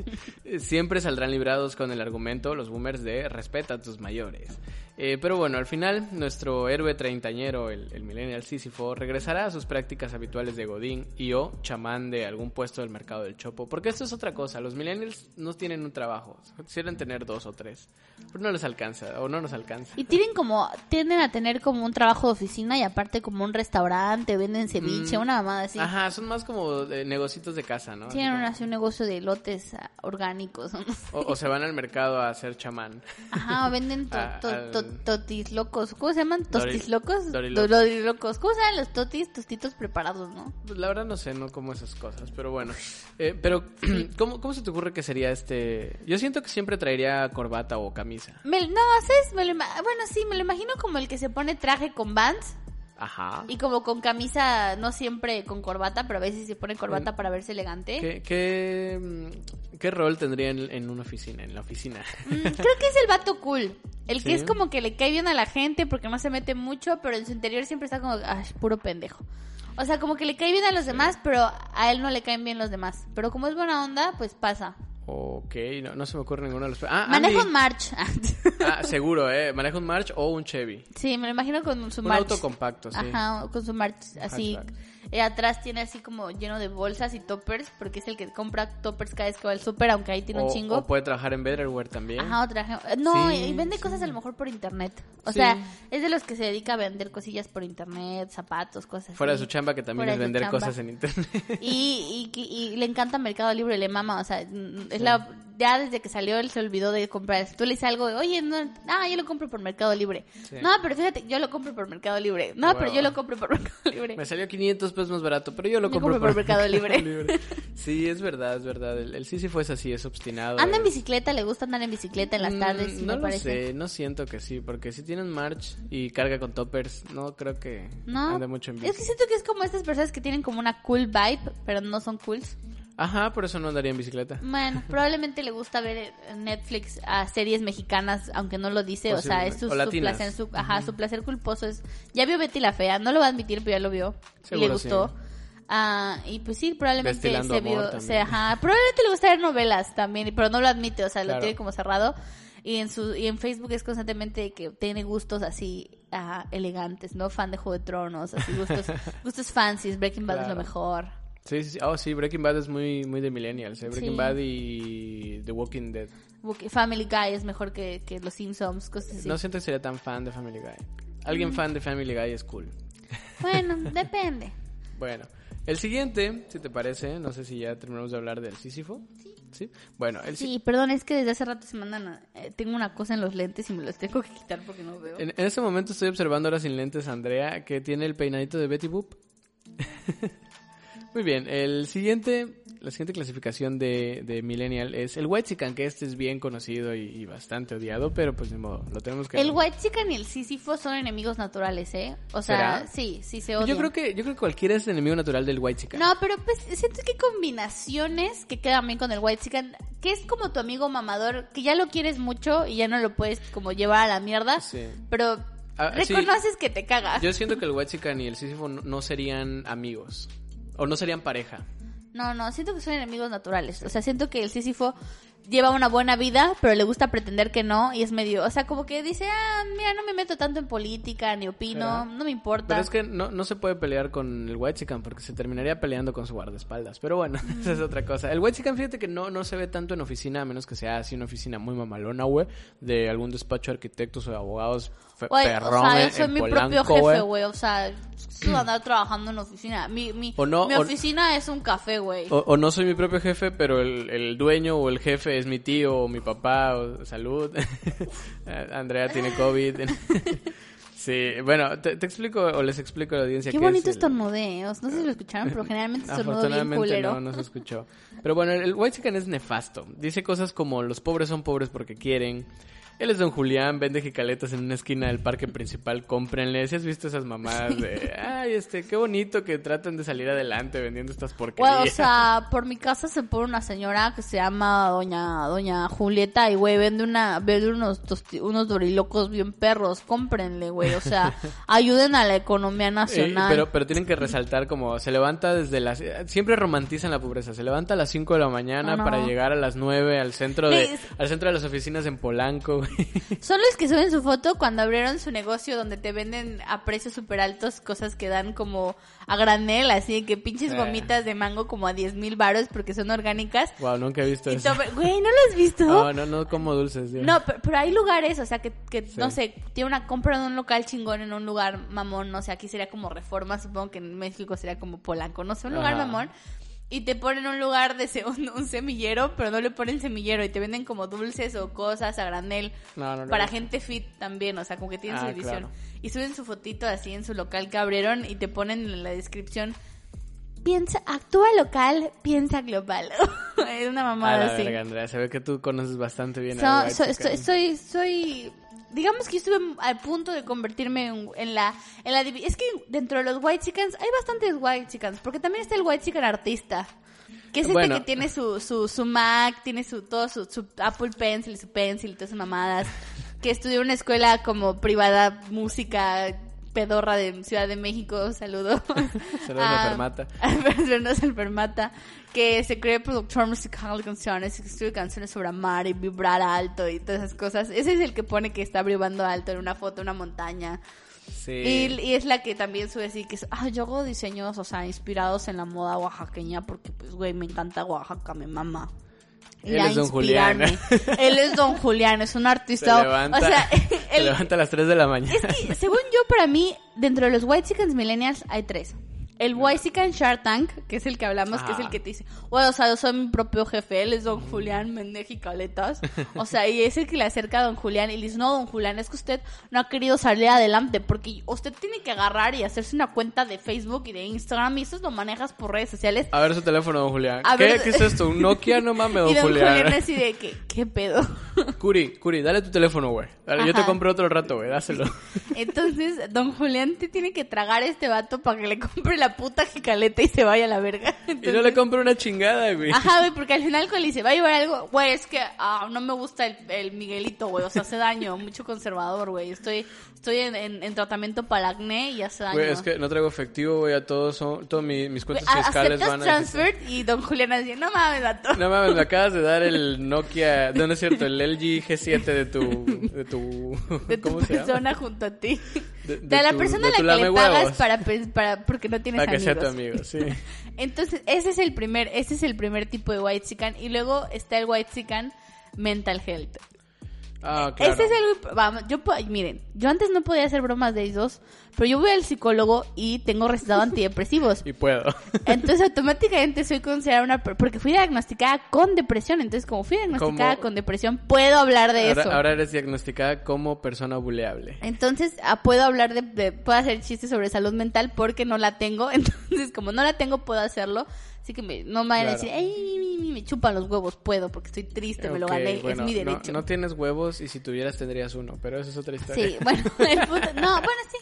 siempre saldrán librados con el argumento los boomers de respeta a tus mayores. Eh, pero bueno, al final nuestro héroe treintañero, el, el millennial Sísifo, regresará a sus prácticas habituales de Godín y o chamán de algún puesto del mercado del chopo. Porque esto es otra cosa, los millennials no tienen un trabajo, quisieran tener dos o tres, pero no les alcanza o no nos alcanza. Y tienen como, tienden a tener como un trabajo de oficina y aparte como un restaurante, venden ceviche, Mm. una mamada así. Ajá, son más como eh, negocitos de casa, ¿no? Así Tienen como- así un negocio de lotes ah, orgánicos. o no sé. o, o se van al mercado a hacer chamán. Ajá, o venden to- Ah, to- al- to- totis locos. ¿Cómo se llaman? Dori- ¿Tostis locos? dorilocos. Dorilocos. ¿Cómo se llaman los totis? Tostitos preparados, ¿no? Pues la verdad no sé, no como esas cosas, pero bueno. Eh, pero, ¿cómo, ¿cómo se te ocurre que sería este...? Yo siento que siempre traería corbata o camisa. Me- no, ¿sabes? Me lo ima- bueno, sí, me lo imagino como el que se pone traje con bands Ajá. y como con camisa, no siempre con corbata, pero a veces se pone corbata para verse elegante. ¿Qué, qué, mm, qué rol tendría en, en una oficina? En la oficina. Mm, creo que es el vato cool. El Sí. que es como que le cae bien a la gente porque no se mete mucho, pero en su interior siempre está como, ay, puro pendejo. O sea, como que le cae bien a los demás, pero a él no le caen bien los demás. Pero como es buena onda, pues pasa. ok, no, no se me ocurre ninguno de los... Ah, Maneja Andy. un March. Ah, seguro, ¿eh? Maneja un March o un Chevy. sí, me lo imagino con su Un March. auto compacto, sí. Ajá, con su March así. Hatchback. Eh, atrás tiene así como lleno de bolsas y toppers, porque es el que compra toppers cada vez que va al súper, aunque ahí tiene o, un chingo. o puede trabajar en Betterware también. Ajá, otra. gen- eh, No, Sí, y vende sí. cosas a lo mejor por internet. O Sí. sea, es de los que se dedica a vender cosillas por internet, zapatos, cosas Fuera de así. su chamba, que también Fuera es de su vender chamba. cosas en internet. Y, y, y le encanta Mercado Libre, le mama. O sea, mm, es la, ya desde que salió él se olvidó de comprar. Tú le dices algo, oye, no, ah, yo lo compro por Mercado Libre. Sí. No, pero fíjate, yo lo compro por Mercado Libre. No, Huevo. pero yo lo compro por Mercado Libre. Me salió 500 pesos más barato, pero yo lo Yo compro compro por Mercado Libre. Sí, es verdad, es verdad. El, el Sísifo es así, es obstinado. Anda en es- bicicleta, le gusta andar en bicicleta en las Mm, tardes, no me lo parece. sé, no siento que sí, porque si tienen March y carga con toppers, no creo que No, ande mucho en bici. es que siento que es como estas personas que tienen como una cool vibe, pero no son cools. Ajá, por eso no andaría en bicicleta. Bueno, probablemente le gusta ver en Netflix a series mexicanas, aunque no lo dice, o sea, es su, Posiblemente. O su latinas. placer, su, ajá, su placer culposo es, ya vio Betty la Fea, no lo va a admitir, pero ya lo vio, y Seguro le gustó. sí. Ah, y pues sí, probablemente Destilando se amor vio, también. se- ajá, probablemente le gusta ver novelas también, pero no lo admite, o sea, Claro. lo tiene como cerrado. Y en su y en Facebook es constantemente que tiene gustos así ah, elegantes, ¿no? Fan de Juego de Tronos, así gustos, gustos fancies, Breaking Bad es lo Claro. mejor. Sí, sí, sí. Oh, sí, Breaking Bad es muy, muy de millennials. ¿eh? Breaking Sí. Bad y The Walking Dead. Book- Family Guy es mejor que, que Los Simpsons, cosas así. No siento que sería tan fan de Family Guy. Alguien Mm. fan de Family Guy es cool. Bueno, depende. Bueno, el siguiente, si te parece, no sé si ya terminamos de hablar del Sísifo. Sí. Bueno, el sí. Sí, perdón, es que desde hace rato se mandan. a- eh, tengo una cosa en los lentes y me los tengo que quitar porque no veo. En, en este momento estoy observando ahora sin lentes a Andrea, que tiene el peinadito de Betty Boop. Muy bien, el siguiente, la siguiente clasificación de, de Millennial es el White que este es bien conocido y, y bastante odiado, pero pues ni modo, lo tenemos que... El White Chicken y el Sísifo son enemigos naturales, ¿eh? O sea, ¿Será? sí, sí se odian. Yo creo que yo creo que cualquiera es enemigo natural del White No, pero pues siento que hay combinaciones que quedan bien con el White Chicken, que es como tu amigo mamador, que ya lo quieres mucho y ya no lo puedes como llevar a la mierda, Sí. pero Ah, sí. reconoces que te caga. Yo siento que el White y el Sísifo no, no serían amigos, o no serían pareja. No, no, siento que son enemigos naturales. O sea, siento que el Sísifo lleva una buena vida, pero le gusta pretender que no y es medio, o sea, como que dice, ah, mira, no me meto tanto en política, ni opino, ¿Será? no me importa. Pero es que no, no se puede pelear con el White porque se terminaría peleando con su guardaespaldas. Pero bueno, esa es otra cosa. El White fíjate que no, no se ve tanto en oficina, a menos que sea así una oficina muy mamalona, güey, de algún despacho de arquitectos o de abogados fe- Güey, perrón, o sea, eh, yo soy en mi propio Polanco, eh. jefe, güey. O sea, sudo andar trabajando en oficina. Mi, mi, O no, mi o- oficina es un café, güey. O, o no soy mi propio jefe, pero el, el dueño o el jefe es mi tío o mi papá. O, salud. Andrea tiene COVID. sí, bueno, te, te explico o les explico a la audiencia. Qué qué es bonito el- estornudeo. No sé si lo escucharon, pero generalmente estornudo bien Afortunadamente culero. no, no se escuchó. Pero bueno, el White Chicken es nefasto. Dice cosas como los pobres son pobres porque quieren. Él es Don Julián, vende jicaletas en una esquina del parque principal, cómprenle. Si has visto esas mamadas de, ay, este, qué bonito que tratan de salir adelante vendiendo estas porquerías. Güey, o sea, por mi casa se pone una señora que se llama Doña Doña Julieta y, güey, vende, una, vende unos, tosti- unos dorilocos bien perros. Cómprenle, güey. O sea, ayuden a la economía nacional. Eh, pero, pero tienen que resaltar como se levanta desde las... eh, Siempre romantizan la pobreza. Se levanta a las 5 de la mañana Ah, no. para llegar a las 9 al centro de, Es- al centro de las oficinas en Polanco. güey. Son los que suben su foto cuando abrieron su negocio donde te venden a precios súper altos cosas que dan como a granel, así que pinches Eh. gomitas de mango como a 10 mil baros porque son orgánicas. wow, nunca he visto Y eso. tome- Güey, ¿no lo has visto? No, no, no como dulces. Dios. No, pe- pero, hay lugares, o sea, que, que, Sí. no sé, tiene una compra de un local chingón en un lugar mamón, no sé, aquí sería como Reforma, supongo que en México sería como Polanco, no sé, un lugar Ajá. mamón. Y te ponen un lugar de se- un, un semillero, pero no le ponen semillero y te venden como dulces o cosas a granel. No, no, no. Para gente fit también, o sea, como que tienen Ah, su división. claro. Y suben su fotito así en su local que abrieron y te ponen en la descripción. Piensa, actúa local, piensa global. es una A la mamada así. verga, Andrea, se ve que tú conoces bastante bien So- a White so- Chicken. estoy, soy, soy- digamos que yo estuve al punto de convertirme en, en la, en la, divi- es que dentro de los White Chickens hay bastantes White Chickens, porque también está el White Chicken artista, que es este Bueno. que tiene su, su, su Mac, tiene su, todo su, su Apple Pencil, su Pencil, y todas esas mamadas, que estudió en una escuela como privada, música, pedorra de Ciudad de México, saludos. Saludos a Ah, Fermata. Saludos al Fermata, que se cree productor musical de canciones, que escribe canciones sobre amar y vibrar alto y todas esas cosas. Ese es el que pone que está vibrando alto en una foto, en una montaña. Sí. Y, y es la que también sube así, que es, ah, yo hago diseños, o sea, inspirados en la moda oaxaqueña, porque pues, güey, me encanta Oaxaca, mi mamá. Él es Don Julián. Él es Don Julián, es un Se artista. levanta, o sea, se el, levanta a las 3 de la mañana. es que, según yo, para mí, dentro de los White Chickens Millennials hay tres. El White Chicken Shark Tank, que es el que hablamos, que es el Ajá. que te dice, bueno, o sea, yo soy mi propio jefe, él es Don Julián Méndez y Caletas. O sea, y es el que le acerca a Don Julián y le dice, no, Don Julián, es que usted no ha querido salir adelante porque usted tiene que agarrar y hacerse una cuenta de Facebook y de Instagram y eso lo manejas por redes sociales. A ver su teléfono, don Julián. A Ah, ¿Qué, ver- ¿Qué es esto? ¿Un Nokia? No mames, don, y Don Julián. Julián así de que, ¿qué pedo? Curi, Curi, dale tu teléfono, güey. Dale, Yo te Ajá. compro otro rato, güey. Dáselo. Entonces, don Julián te tiene que tragar a este vato para que le compre la puta jicaleta y se vaya a la verga. Y no le compro una chingada, güey. Ajá, güey, porque al final cuando le dice, va a llevar algo, güey, es que ah, no me gusta el, el Miguelito, güey, o sea, hace daño, mucho conservador, güey, estoy, estoy en, en- en tratamiento para el acné y hace daño. Güey, es que no traigo efectivo, güey. A todos son. Todos mi- mis Güey, cuentas a- fiscales aceptas van a. transfer y don Julián dice, no mames, vato. No mames, me acabas de dar el Nokia. No, no es cierto, el LG G7 de tu. De tu. De tu ¿Cómo se llama? persona junto a ti. De, De la tu- persona de a la tu que le lamehuevos, pagas para, pe- para porque no tienes para que sea tu amigos. amigo, sí. Entonces, ese es el primer, ese es el primer tipo de white chican y luego está el white chican mental health. Ah, claro. Este es el vamos, yo po- miren, yo antes no podía hacer bromas de ellos, pero yo voy al psicólogo y tengo recetado antidepresivos. Y puedo. Entonces, automáticamente soy considerada una per- porque fui diagnosticada con depresión, entonces como fui diagnosticada Como- con depresión, puedo hablar de Ahora, eso. ahora eres diagnosticada como persona buleable. Entonces ah, puedo hablar de, de- puedo hacer chistes sobre salud mental porque no la tengo. Entonces como no la tengo puedo hacerlo. Así que me- no me van a Claro. decir, "Ey, mi, mi, mi, me chupan los huevos, puedo porque estoy triste, Este, me lo Ok, gané, bueno, es mi no- derecho. No, tienes huevos y si tuvieras tendrías uno, pero eso es otra historia. Sí, bueno, el punto, no, bueno, sí.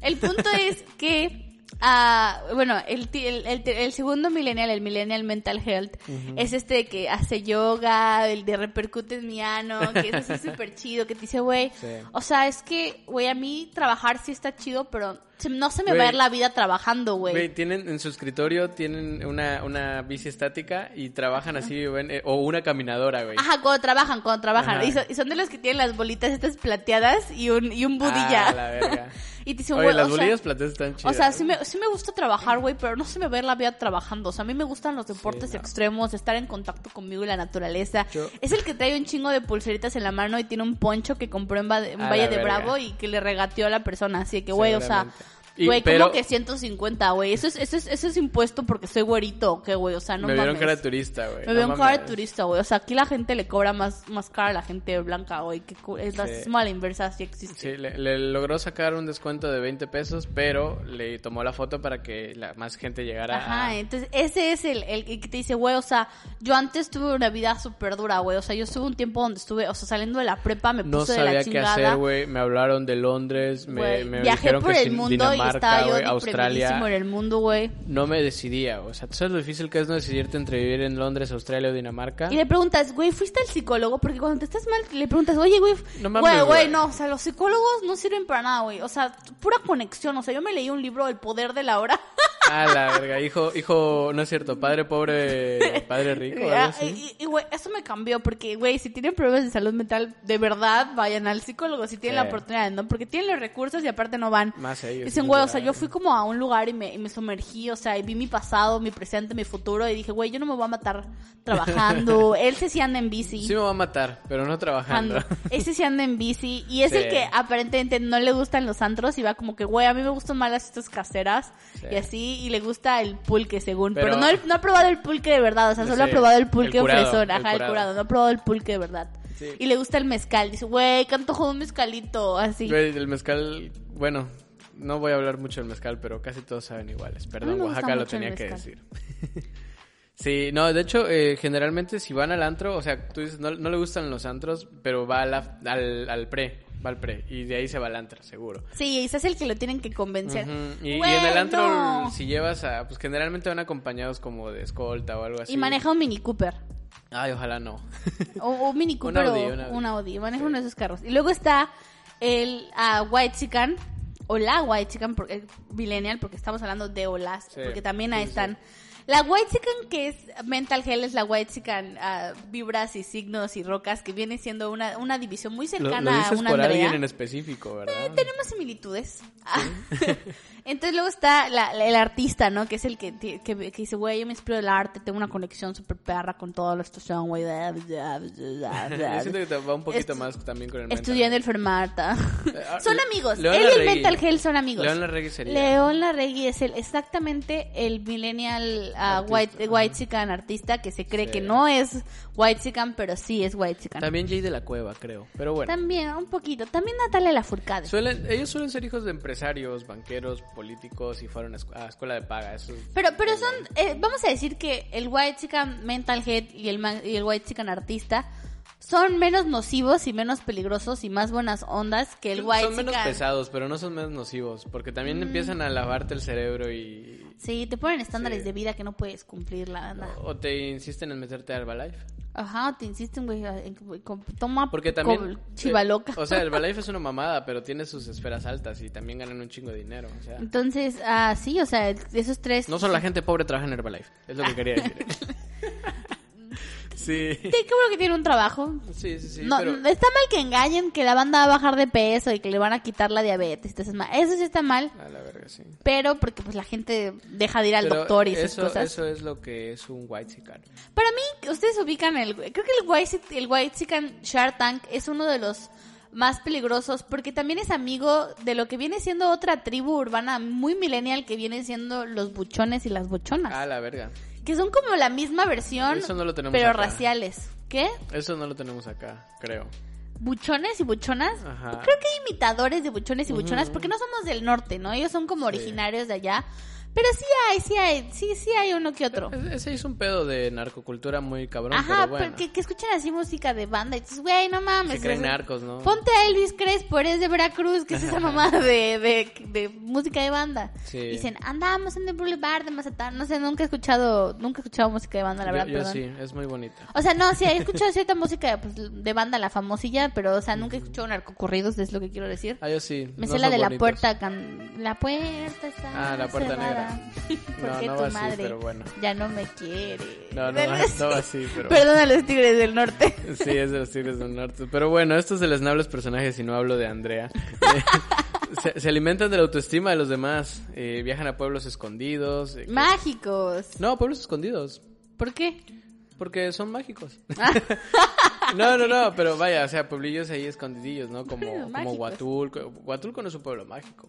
El punto es que, ah, bueno, el, ti- el, el- el segundo millennial, el millennial mental health, es este de que hace yoga, el de repercute en mi ano, que eso sí es súper chido, que te dice, güey, Sí. o sea, es que, güey, a mí trabajar sí está chido, pero se- no se me va a Güey. ir la vida trabajando, Güey, güey. tienen en su escritorio tienen una, una bici estática y trabajan así, ven, eh, o una caminadora, güey. Ajá, cuando trabajan, cuando trabajan. Ajá. Y, so- y son de los que tienen las bolitas estas plateadas y un, y un budilla. Ah, la verga. y te dicen, Oye, güey, las o sea- bolillas plateadas están chidas. O sea, sí me, sí me gusta trabajar, güey, pero no se me ve la vida trabajando. O sea, a mí me gustan los deportes no. extremos, estar en contacto conmigo y la naturaleza. Yo- Es el que trae un chingo de pulseritas en la mano y tiene un poncho que compró en, Va- en A la Valle de verga. Bravo y que le regateó a la persona. Así que, güey, o sea, Seguramente. Y- güey, pero- ¿cómo que 150, güey? Eso es, eso, es, eso es impuesto porque soy güerito, ¿o ¿qué, güey? O sea, no me mames. vieron cara de turista, güey. Me no veo un cara de mames. turista, güey. O sea, aquí la gente le cobra más, más cara a la gente blanca, güey. Que cu- Es la Sí. mala inversa, sí existe. Sí, le, le logró sacar un descuento de 20 pesos, pero le tomó la foto para que la, más gente llegara Ajá, a... entonces ese es el, el que te dice, güey, o sea, yo antes tuve una vida súper dura, güey. O sea, yo estuve un tiempo donde estuve, o sea, saliendo de la prepa me No puse de la sabía qué chingada. hacer, güey. Me hablaron de Londres, me, güey. me Viajé dijeron por que el Sin- mundo Dinamarca, y estaba yo güey, Australia. deprimidísimo en el mundo, güey. No me decidía, o sea, ¿tú sabes lo difícil que es no decidirte entre vivir en Londres, Australia o Dinamarca? Y le preguntas, güey, ¿fuiste al psicólogo? Porque cuando te estás mal, le preguntas, oye, güey, No mames, güey, güey, güey. no, o sea, los psicólogos no sirven para nada, güey. O sea, pura conexión, o sea, yo me leí un libro, El Poder de la Hora. Ah, la verga, hijo, hijo, no es cierto, padre pobre, padre rico, algo Ah, así. Y, y, güey, eso me cambió porque, güey, si tienen problemas de salud mental, de verdad, vayan al psicólogo si tienen Sí. la oportunidad, ¿no? Porque tienen los recursos y aparte no van. Más ellos, Dicen, sin güey, o duda. ¿eh? sea, yo fui como a un lugar y me, y me sumergí, o sea, y vi mi pasado, mi presente, mi futuro y dije, güey, yo no me voy a matar trabajando. Él se sí anda en bici. Sí me va a matar, pero no trabajando. Ando. Ese sí anda en bici y es Sí. el que aparentemente no le gustan los antros y va como que, güey, a mí me gustan más las estas caseras Sí. y así y le gusta el pulque según, pero, Pero- no, el- no ha probado el pulque de verdad, o sea, solo Sí. ha probado el El pulque curado, fresón, el ajá, el curado. curado. no ha probado el pulque de verdad. Sí. Y le gusta el mezcal, dice, güey, que antojo de un mezcalito, así. Güey, el mezcal, bueno, no voy a hablar mucho del mezcal, pero casi todos saben iguales. A mí Perdón, me gusta Oaxaca lo mucho el tenía que mezcal. decir. sí, no, de hecho, eh, generalmente si van al antro, o sea, tú dices, no, no le gustan los antros, pero va al, af- al, al pre, va al pre, y de ahí se va al antro, seguro. Sí, ese es el que lo tienen que convencer. Ujú, Y, y Güey, en el antro, no. si llevas a. Pues generalmente van acompañados como de escolta o algo así. Y maneja un Mini Cooper. Ay, ojalá no. O un Mini Cooper Audi, o un Audi. un Audi. Maneja uno de esos carros. Y luego está el ah, White Chican. O la White Chican, porque, el Millennial, porque estamos hablando de olas. Sí, porque también ahí sí, sí. están. La White Chican, que es Mental Health, es la White Chican, ah, vibras y signos y rocas, que viene siendo una, una división muy Lo, cercana lo a dices una por Andrea. alguien en específico, ¿verdad? Tenemos similitudes. Entonces luego está la- la- el artista, ¿no? Que es el que, ti- que, que dice, güey, yo me inspiro del arte, tengo una conexión súper perra con toda la situación, güey. bla, bla, bla, bla". Yo siento que te va un poquito Estu- más también con el mental. Estudiando el Fermata. ah, son Le- amigos. León Él y el Larregui. Mental Health son amigos. León Larregui sería. León Larregui es el, exactamente el millennial ah, Artista, white, ajá. white chican artista que se cree Sí. que no es white chican, pero sí es white chican. También, También Jay de la Cueva, creo. Pero bueno. un poquito. También Natalia Lafourcade. Suelen, ellos suelen ser hijos de empresarios, banqueros, políticos y fueron a, escu- a escuela de paga. Eso es- Pero, pero son, eh, vamos a decir que el white chican mental head y el, man- y el white chican artista son menos nocivos y menos peligrosos y más buenas ondas que el white Mm. son menos chican. pesados, pero no son menos nocivos. Porque también empiezan a lavarte el cerebro y. Sí, te ponen estándares Sí. de vida que no puedes cumplir, la verdad. O te insisten en meterte a Herbalife. Ajá, te insisten, güey, en que- con- toma Porque también. con- chivaloca. eh, o sea, el Herbalife es una mamada, pero tiene sus esferas altas y también ganan un chingo de dinero. O sea, Entonces, ah, sí, o sea, esos tres... no solo la gente pobre trabaja en Herbalife. Es lo que quería decir. Sí. Sí, qué bueno que tiene un trabajo. Sí, sí, sí. no, pero- está mal que engañen que la banda va a bajar de peso y que le van a quitar la diabetes. entonces, ma- Eso sí está mal, A la verga, sí. pero porque pues la gente deja de ir al Pero doctor y esas eso, cosas. Eso es lo que es un white chican. Para mí, ustedes ubican el... Creo que el White, el White Chicken Shark Tank es uno de los más peligrosos porque también es amigo de lo que viene siendo otra tribu urbana muy millennial que vienen siendo los buchones y las buchonas. A la verga. Que son como la misma versión, Eso no lo tenemos pero acá. raciales. ¿Qué? Eso no lo tenemos acá, creo. ¿Buchones y buchonas? Pues Ajá. Creo que hay imitadores de buchones y buchonas porque no somos del norte, ¿no? Ellos son como Sí. originarios de allá. Pero sí hay, sí hay, sí, sí hay uno que otro. E- Ese es un pedo de narcocultura muy cabrón, Ajá, pero bueno. porque que escuchan así música de banda y dices, güey, no mames. Se creen o sea, narcos, ¿no? Ponte a Elvis Crespo, eres de Veracruz, que es esa mamada de, de, de música de banda. Sí. Dicen, andamos en el boulevard de Mazatán. No sé, nunca he escuchado, nunca he escuchado música de banda, la Yo- verdad, yo, perdón. sí, es muy bonita. O sea, no, sí, he escuchado cierta música pues, de banda, la famosilla, pero, o sea, nunca he escuchado narcocorridos, es lo que quiero decir. Ah, yo sí. Me no sé la son de la bonitos. puerta, can- la puerta está Ah, la puerta cerrada, negra. Porque No, no tu va así, madre pero bueno. ya no me quiere. No, no, Algo va- no va así, pero Perdón a los tigres del norte. Sí, es de los Tigres del Norte. Pero bueno, estos del Snab, los personajes, y no hablo de Andrea. se, se alimentan de la autoestima de los demás. eh, viajan a pueblos escondidos. eh, que- Mágicos. No, pueblos escondidos. ¿Por qué? Ah. Porque son mágicos. no, no, no, pero vaya, o sea, pueblillos ahí escondidillos, ¿no? Como, como Mágicos. Huatulco. Huatulco no es un pueblo mágico.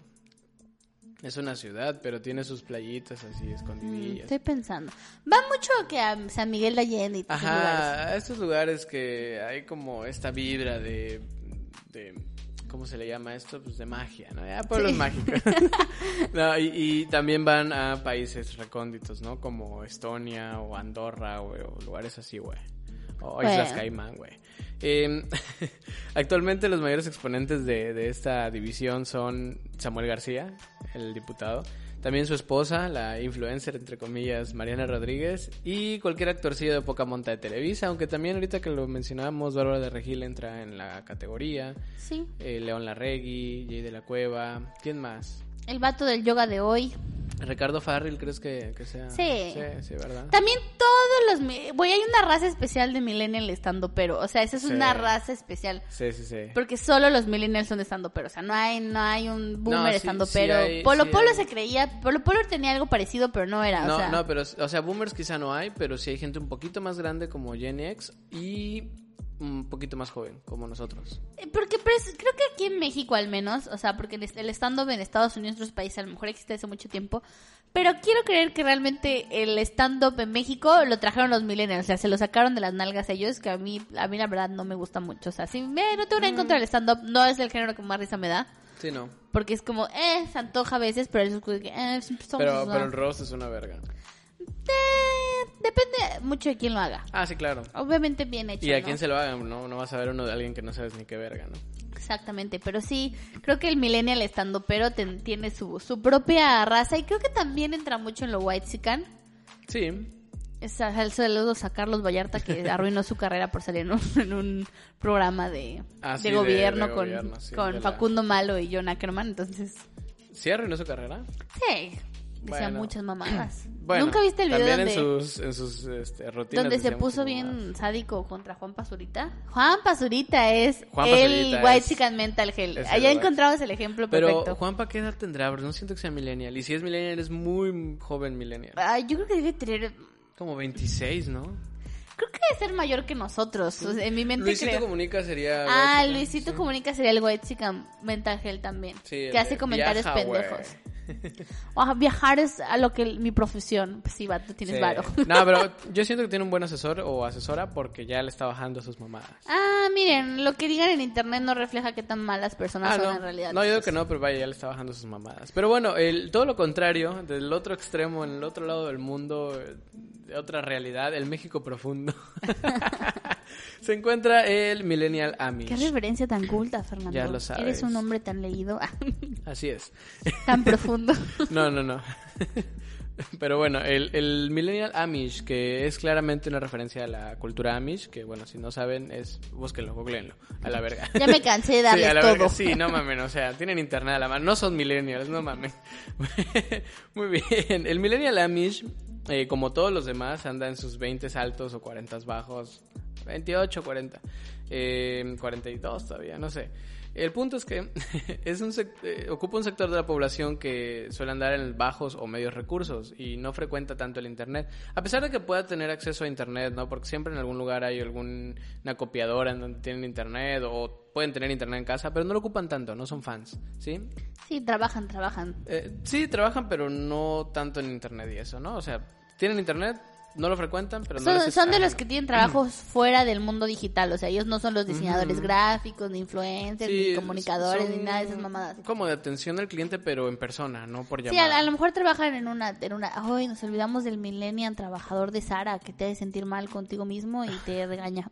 Es una ciudad, pero tiene sus playitas así escondidillas. Mm, Estoy pensando. Va mucho que a San Miguel de Allende y todos esos lugares. Ajá, a estos lugares que hay como esta vibra de, de- ¿cómo se le llama esto? Pues de magia, ¿no? Ya, pueblos Sí. mágicos. No, y, y también van a países recónditos, ¿no? Como Estonia o Andorra, güey, o lugares así, güey. O Bueno. Islas Caimán, güey. Eh, actualmente los mayores exponentes de, de esta división son Samuel García, el diputado, también su esposa, la influencer, entre comillas, Mariana Rodríguez, y cualquier actorcillo de poca monta de Televisa, aunque también ahorita que lo mencionábamos, Bárbara de Regil entra en la categoría, Sí. eh, León Larregui, Jay de la Cueva, ¿quién más? El vato del yoga de hoy. Ricardo Farril, ¿crees que, que sea? Sí. Sí, sí, ¿verdad? También todos los... mi- Güey, hay una raza especial de millennial estando pero. O sea, esa es Sí. una raza especial. Sí, sí, sí. Porque solo los millennials son estando pero. O sea, no hay, no hay un boomer sí, estando sí pero. hay- Polo sí Polo hay. se creía... Polo Polo tenía algo parecido, pero no era. No, Ah, o sea, no, pero, o sea, boomers quizá no hay, pero sí hay gente un poquito más grande como Gen X y un poquito más joven como nosotros. Eh, Porque pres- creo que aquí en México al menos, o sea, porque el est- el stand-up en Estados Unidos y otros países a lo mejor existe hace mucho tiempo, pero quiero creer que realmente el stand-up en México lo trajeron los millennials, o sea, se lo sacaron de las nalgas ellos, que a mí, a mí la verdad no me gusta mucho, o sea, sí, me, no tengo nada en Mm. contra del stand-up, no es el género que más risa me da, Sí, no. porque es como, eh, se antoja a veces, pero es como que, eh, somos- Pero, no. pero el roast es una verga. Eh, depende mucho de quién lo haga. Ah, sí, claro. Obviamente bien hecho. Y a ¿no? quién se lo hagan, no, no vas a ver uno de alguien que no sabes ni qué verga, ¿no? Exactamente, pero sí, creo que el millennial estando pero tiene su, su propia raza y creo que también entra mucho en lo white chican. Sí. Es a- el saludo a Carlos Vallarta que arruinó su carrera por salir en un, en un programa de, Ah, de sí, de- gobierno de con, gobierno, sí, con de la- Facundo Malo y John Ackerman, entonces, ¿Sí arruinó su carrera? sí, decía Bueno. muchas mamadas. Bueno, Nunca viste el video también donde, en sus, en sus este, rutinas. "Ah". donde se decía muchas puso mamadas. bien sádico contra Juan Pazurita. Juan Pazurita es Juan el Pazurita white es- chican mental gel. es el Allá white- encontramos el ejemplo perfecto. Pero Juanpa, ¿qué edad tendrá? Porque no siento que sea millennial. Y si es millennial, es muy joven millennial. Ay, Ah, yo creo que debe tener. Como 26, ¿no? Creo que debe ser mayor que nosotros. o sea, en mi mente Luisito creo. Comunica sería... ah, guay, chica. Luisito Comunica sería el white chica mental health también. Sí, el que hace de comentarios viaja, güey. pendejos. Ajá, viajar es a lo que mi profesión. Pues sí, va, tú tienes Sí. varo. No, pero yo siento que tiene un buen asesor o asesora porque ya le está bajando sus mamadas. Ah, miren, lo que digan en internet no refleja qué tan malas personas Ah, son no. en realidad. pues. no, yo digo que no, pero vaya, ya le está bajando sus mamadas. Pero bueno, el, todo lo contrario, del otro extremo, en el otro lado del mundo, eh, de otra realidad, el México profundo, se encuentra el Millennial Amish. Qué referencia tan culta, Fernando. Ya lo sabes. Eres un hombre tan leído, ah, Así es. tan profundo. No, no, no. Pero bueno, el, el Millennial Amish, que es claramente una referencia a la cultura Amish, que bueno, si no saben, es búsquenlo, googleenlo, a la verga. Ya me cansé de darles sí, a la todo. verga, sí, no mamen, o sea, tienen internet a la mano, no son millennials, no mamen. Muy bien, el Millennial Amish, eh, como todos los demás, anda en sus 20 altos o 40 bajos, 28, 40, eh, 42 todavía, no sé. El punto es que es un sec- eh, ocupa un sector de la población que suele andar en bajos o medios recursos y no frecuenta tanto el Internet. A pesar de que pueda tener acceso a Internet, ¿no? Porque siempre en algún lugar hay alguna copiadora en donde tienen Internet o pueden tener Internet en casa, pero no lo ocupan tanto, no son fans, ¿sí? Sí, trabajan, trabajan. Eh, sí, trabajan, pero no tanto en Internet y eso, ¿no? O sea, tienen Internet, no lo frecuentan, pero no Son, les son de extraña. los que tienen trabajos fuera del mundo digital, o sea, ellos no son los diseñadores gráficos, ni influencers, Sí, ni comunicadores, son ni nada de esas mamadas. Como de atención al cliente, pero en persona, no por Sí, a, llamada. a lo mejor trabajan en una, en una, ay, nos olvidamos del millennial trabajador de Sara, que te hace sentir mal contigo mismo y te regaña.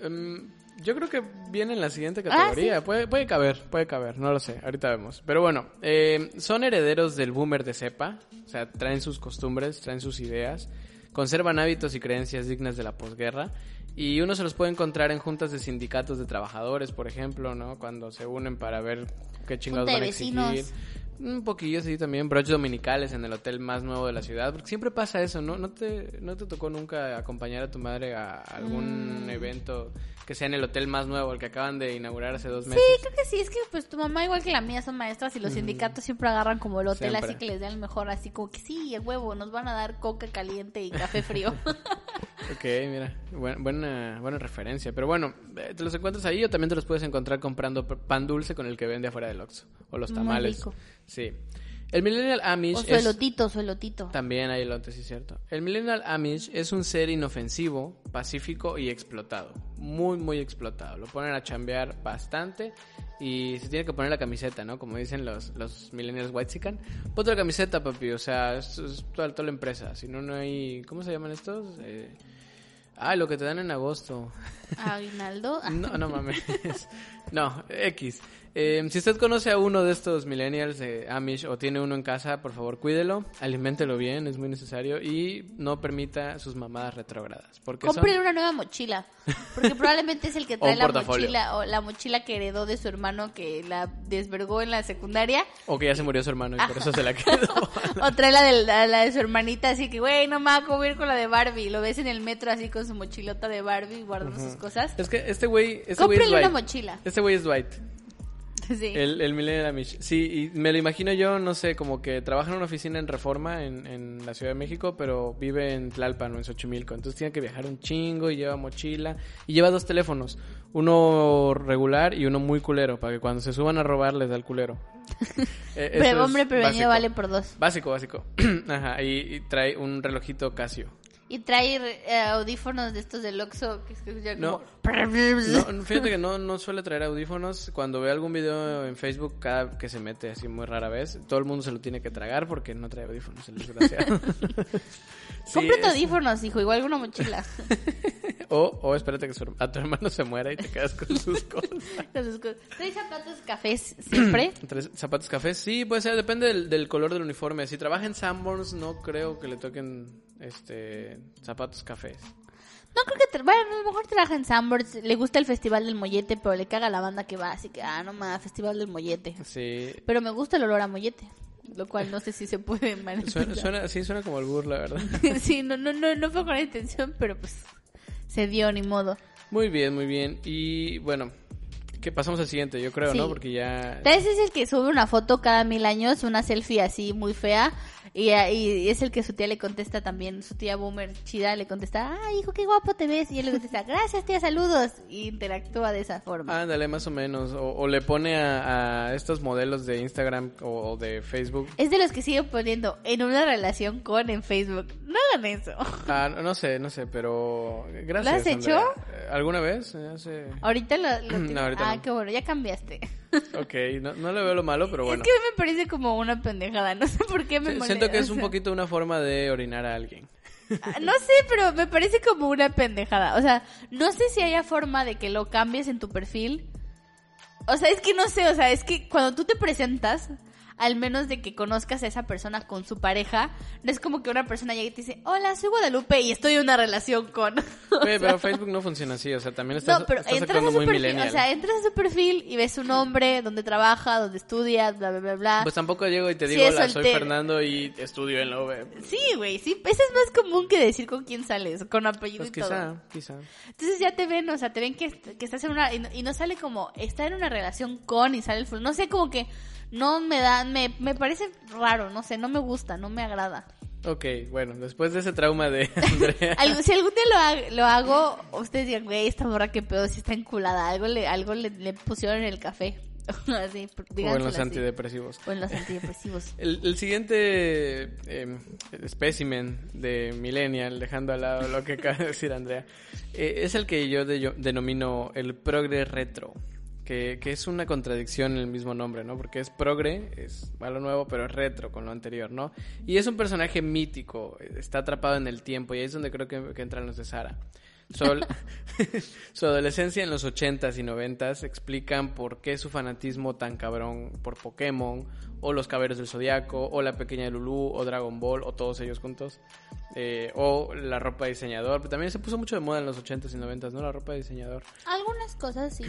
Em, yo creo que viene en la Ah, siguiente categoría. puede, puede caber, puede caber, no lo sé. Ahorita vemos. Pero bueno, em, son herederos del boomer de cepa. O sea, traen sus costumbres, traen sus ideas. Conservan hábitos y creencias dignas de la posguerra. Y uno se los puede encontrar en juntas de sindicatos de trabajadores, por ejemplo, ¿no? Cuando se unen para ver qué chingados Junta de van a exigir. vecinos. Un poquillo, sí, también. Broches dominicales en el hotel más nuevo de la ciudad. Porque siempre pasa eso, ¿no? ¿No te, no te tocó nunca acompañar a tu madre a Mm. algún evento que sea en el hotel más nuevo, el que acaban de inaugurar hace dos meses? Sí, creo que sí, es que pues tu mamá igual que la mía son maestras y los sindicatos siempre agarran como el hotel Siempre. así que les dan el mejor, así como que sí, el huevo, nos van a dar coca caliente y café frío. Ok, mira, buen- buena, buena referencia. Pero bueno, eh, te los encuentras ahí o también te los puedes encontrar comprando p- pan dulce con el que vende afuera del Oxxo. O los Muy tamales. rico. Sí. El Millennial Amish o es- su elotito, su elotito. También hay elotes, sí es cierto. El Millennial Amish es un ser inofensivo, pacífico y explotado. Muy, muy explotado. Lo ponen a chambear bastante y se tiene que poner la camiseta, ¿no? Como dicen los, los Millennials Whitezican. Ponte la camiseta, papi. O sea, es, es toda, toda la empresa. Si no, no hay... ¿Cómo se llaman estos? Eh, ah, lo que te dan en agosto. Aguinaldo. ah, No, no mames. No, X. Eh, si usted conoce a uno de estos millennials de Amish o tiene uno en casa, por favor cuídelo, aliméntelo bien, es muy necesario y no permita sus mamadas retrógradas. Porque son- Cómprele una nueva mochila, porque probablemente es el que O trae un la portafolio. mochila o la mochila que heredó de su hermano que la desvergó en la secundaria O que ya se murió su hermano y por eso se la quedó. o trae la de, la, la de su hermanita así que, güey, no me voy a ir con la de Barbie. Lo ves en el metro así con su mochilota de Barbie guardando sus cosas. es que este güey... Este güey es Cómprele una Dwight. mochila. Este güey es Dwight. Sí. El, el Millennial Amish. Sí, y me lo imagino yo, no sé, como que trabaja en una oficina en Reforma en, en la Ciudad de México, pero vive en Tlalpan o en Xochimilco. Entonces tiene que viajar un chingo y lleva mochila. Y lleva dos teléfonos. Uno regular y uno muy culero, para que cuando se suban a robar les da el culero. Eh, eso Pre- es hombre básico. prevenido vale por dos. Básico, básico. Ajá, y, y trae un relojito Casio. Y trae eh, audífonos de estos del Oxxo que se escuchan No. como... No, fíjate que no, no suele traer audífonos. Cuando ve algún video en Facebook, cada que se mete así muy rara vez, todo el mundo se lo tiene que tragar porque no trae audífonos, el desgraciado. Sí, Cómprate es- audífonos, hijo, igual una mochila. o, o espérate que su- a tu hermano se muera y te quedas con sus cosas. Con sus cosas. Trae zapatos cafés siempre. Tres- ¿Zapatos cafés? Sí, puede ser, depende del, del color del uniforme. Si trabaja en Sanborns, no creo que le toquen este zapatos cafés. No creo que... tra- Bueno, a lo mejor trabaja en Sanborns, le gusta el Festival del Mollete, pero le caga la banda que va, así que, ah, no más, Festival del Mollete. Sí. Pero me gusta el olor a mollete, lo cual no sé si se puede Suena, manejar. suena, sí, suena como el burla, ¿verdad? sí, no, no, no, no fue con la intención, pero pues se dio ni modo. Muy bien, muy bien. Y bueno, que pasamos al siguiente, yo creo, Sí. ¿no? Porque ya... Tal vez es el que sube una foto cada mil años, una selfie así muy fea. Y, y es el que su tía le contesta también, su tía boomer chida le contesta, ah, hijo, qué guapo te ves. Y él le contesta, gracias tía, saludos. Y interactúa de esa forma. Ándale, más o menos. O, o le pone a, a estos modelos de Instagram o, o de Facebook. Es de los que siguen poniendo en una relación con en Facebook. No hagan eso. Ah, no- no sé, no sé, pero gracias. ¿Lo has Andrea. hecho? Eh, ¿Alguna vez? Hace- Ahorita lo... lo No, ahorita ah, no. qué bueno, ya cambiaste. Ok, no, no le veo lo malo, pero bueno. Es que me parece como una pendejada, no sé por qué Sí, me molesta. Siento que es un o sea, poquito una forma de orinar a alguien. ah, No sé, pero me parece como una pendejada. O sea, no sé si haya forma de que lo cambies en tu perfil. O sea, es que no sé, o sea, es que cuando tú te presentas, al menos de que conozcas a esa persona con su pareja, no es como que una persona llegue y te dice, hola, soy Guadalupe y estoy en una relación con... Güey, pero Facebook no funciona así, o sea, también estás, no, pero estás entras actuando a su muy perfil, millennial. o sea, entras a su perfil y ves su nombre, dónde trabaja, dónde estudia, bla, bla, bla, bla. pues tampoco llego y te Sí, digo, es hola, soy soltero". Fernando y estudio en la E". UB. Sí, güey, sí, eso es más común que decir con quién sales, con apellido Pues y todo. quizá, quizá. Entonces ya te ven, o sea, te ven que, que estás en una... Y no, y no sale como, está en una relación con y sale el full. No sé, como que no me da, me, me parece raro, no sé, no me gusta, no me agrada. Ok, bueno, después de ese trauma de Andrea. Algún- si algún día lo, ha- lo hago, ustedes dirán, güey, esta morra que pedo, si está enculada, algo le, algo le, le pusieron en el café. así, o en díganselo los así. antidepresivos. O en los antidepresivos. El, el siguiente eh, espécimen de Millennial, dejando al lado lo que acaba de decir Andrea, eh, es el que yo, de- yo denomino el progre retro, que, que es una contradicción en el mismo nombre, ¿no? Porque es progre, es a lo nuevo, pero es retro con lo anterior, ¿no? Y es un personaje mítico, eh, está atrapado en el tiempo, y ahí es donde creo que, que entran los de Sara. Su, adol- su adolescencia en los 80s y 90s explican por qué su fanatismo tan cabrón por Pokémon, o los Caballeros del Zodiaco, o la pequeña Lulu, o Dragon Ball, o todos ellos juntos, eh, o la ropa de diseñador. Pero también se puso mucho de moda en los 80s y 90s, ¿no? La ropa de diseñador. Algunas cosas sí.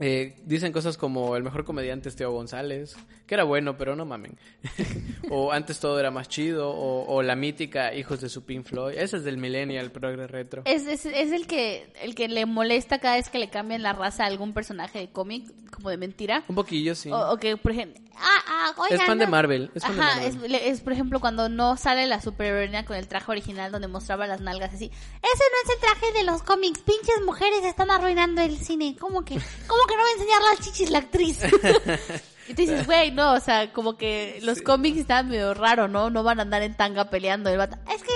Eh, dicen cosas como el mejor comediante es Teo González, que era bueno, pero no mamen. o antes todo era más chido, o, o la mítica Hijos de su Pink Floyd. Ese es del Millennial Progre Retro. Es, es, es el que el que le molesta cada vez que le cambian la raza a algún personaje de cómic, como de mentira. Un poquillo, sí. O, o que, por ejemplo, ah, ah, oigan, Es fan de no. Marvel, es fan de Ajá, Marvel. Es, le- es, por ejemplo cuando no sale la superheroína con el traje original donde mostraba las nalgas así. Ese no es el traje de los cómics, pinches mujeres están arruinando el cine. ¿Cómo que, cómo que no va a enseñar las chichis la actriz? y te dices, güey, no, o sea, como que los cómics están medio raro, ¿no? No van a andar en tanga peleando. El vato, es que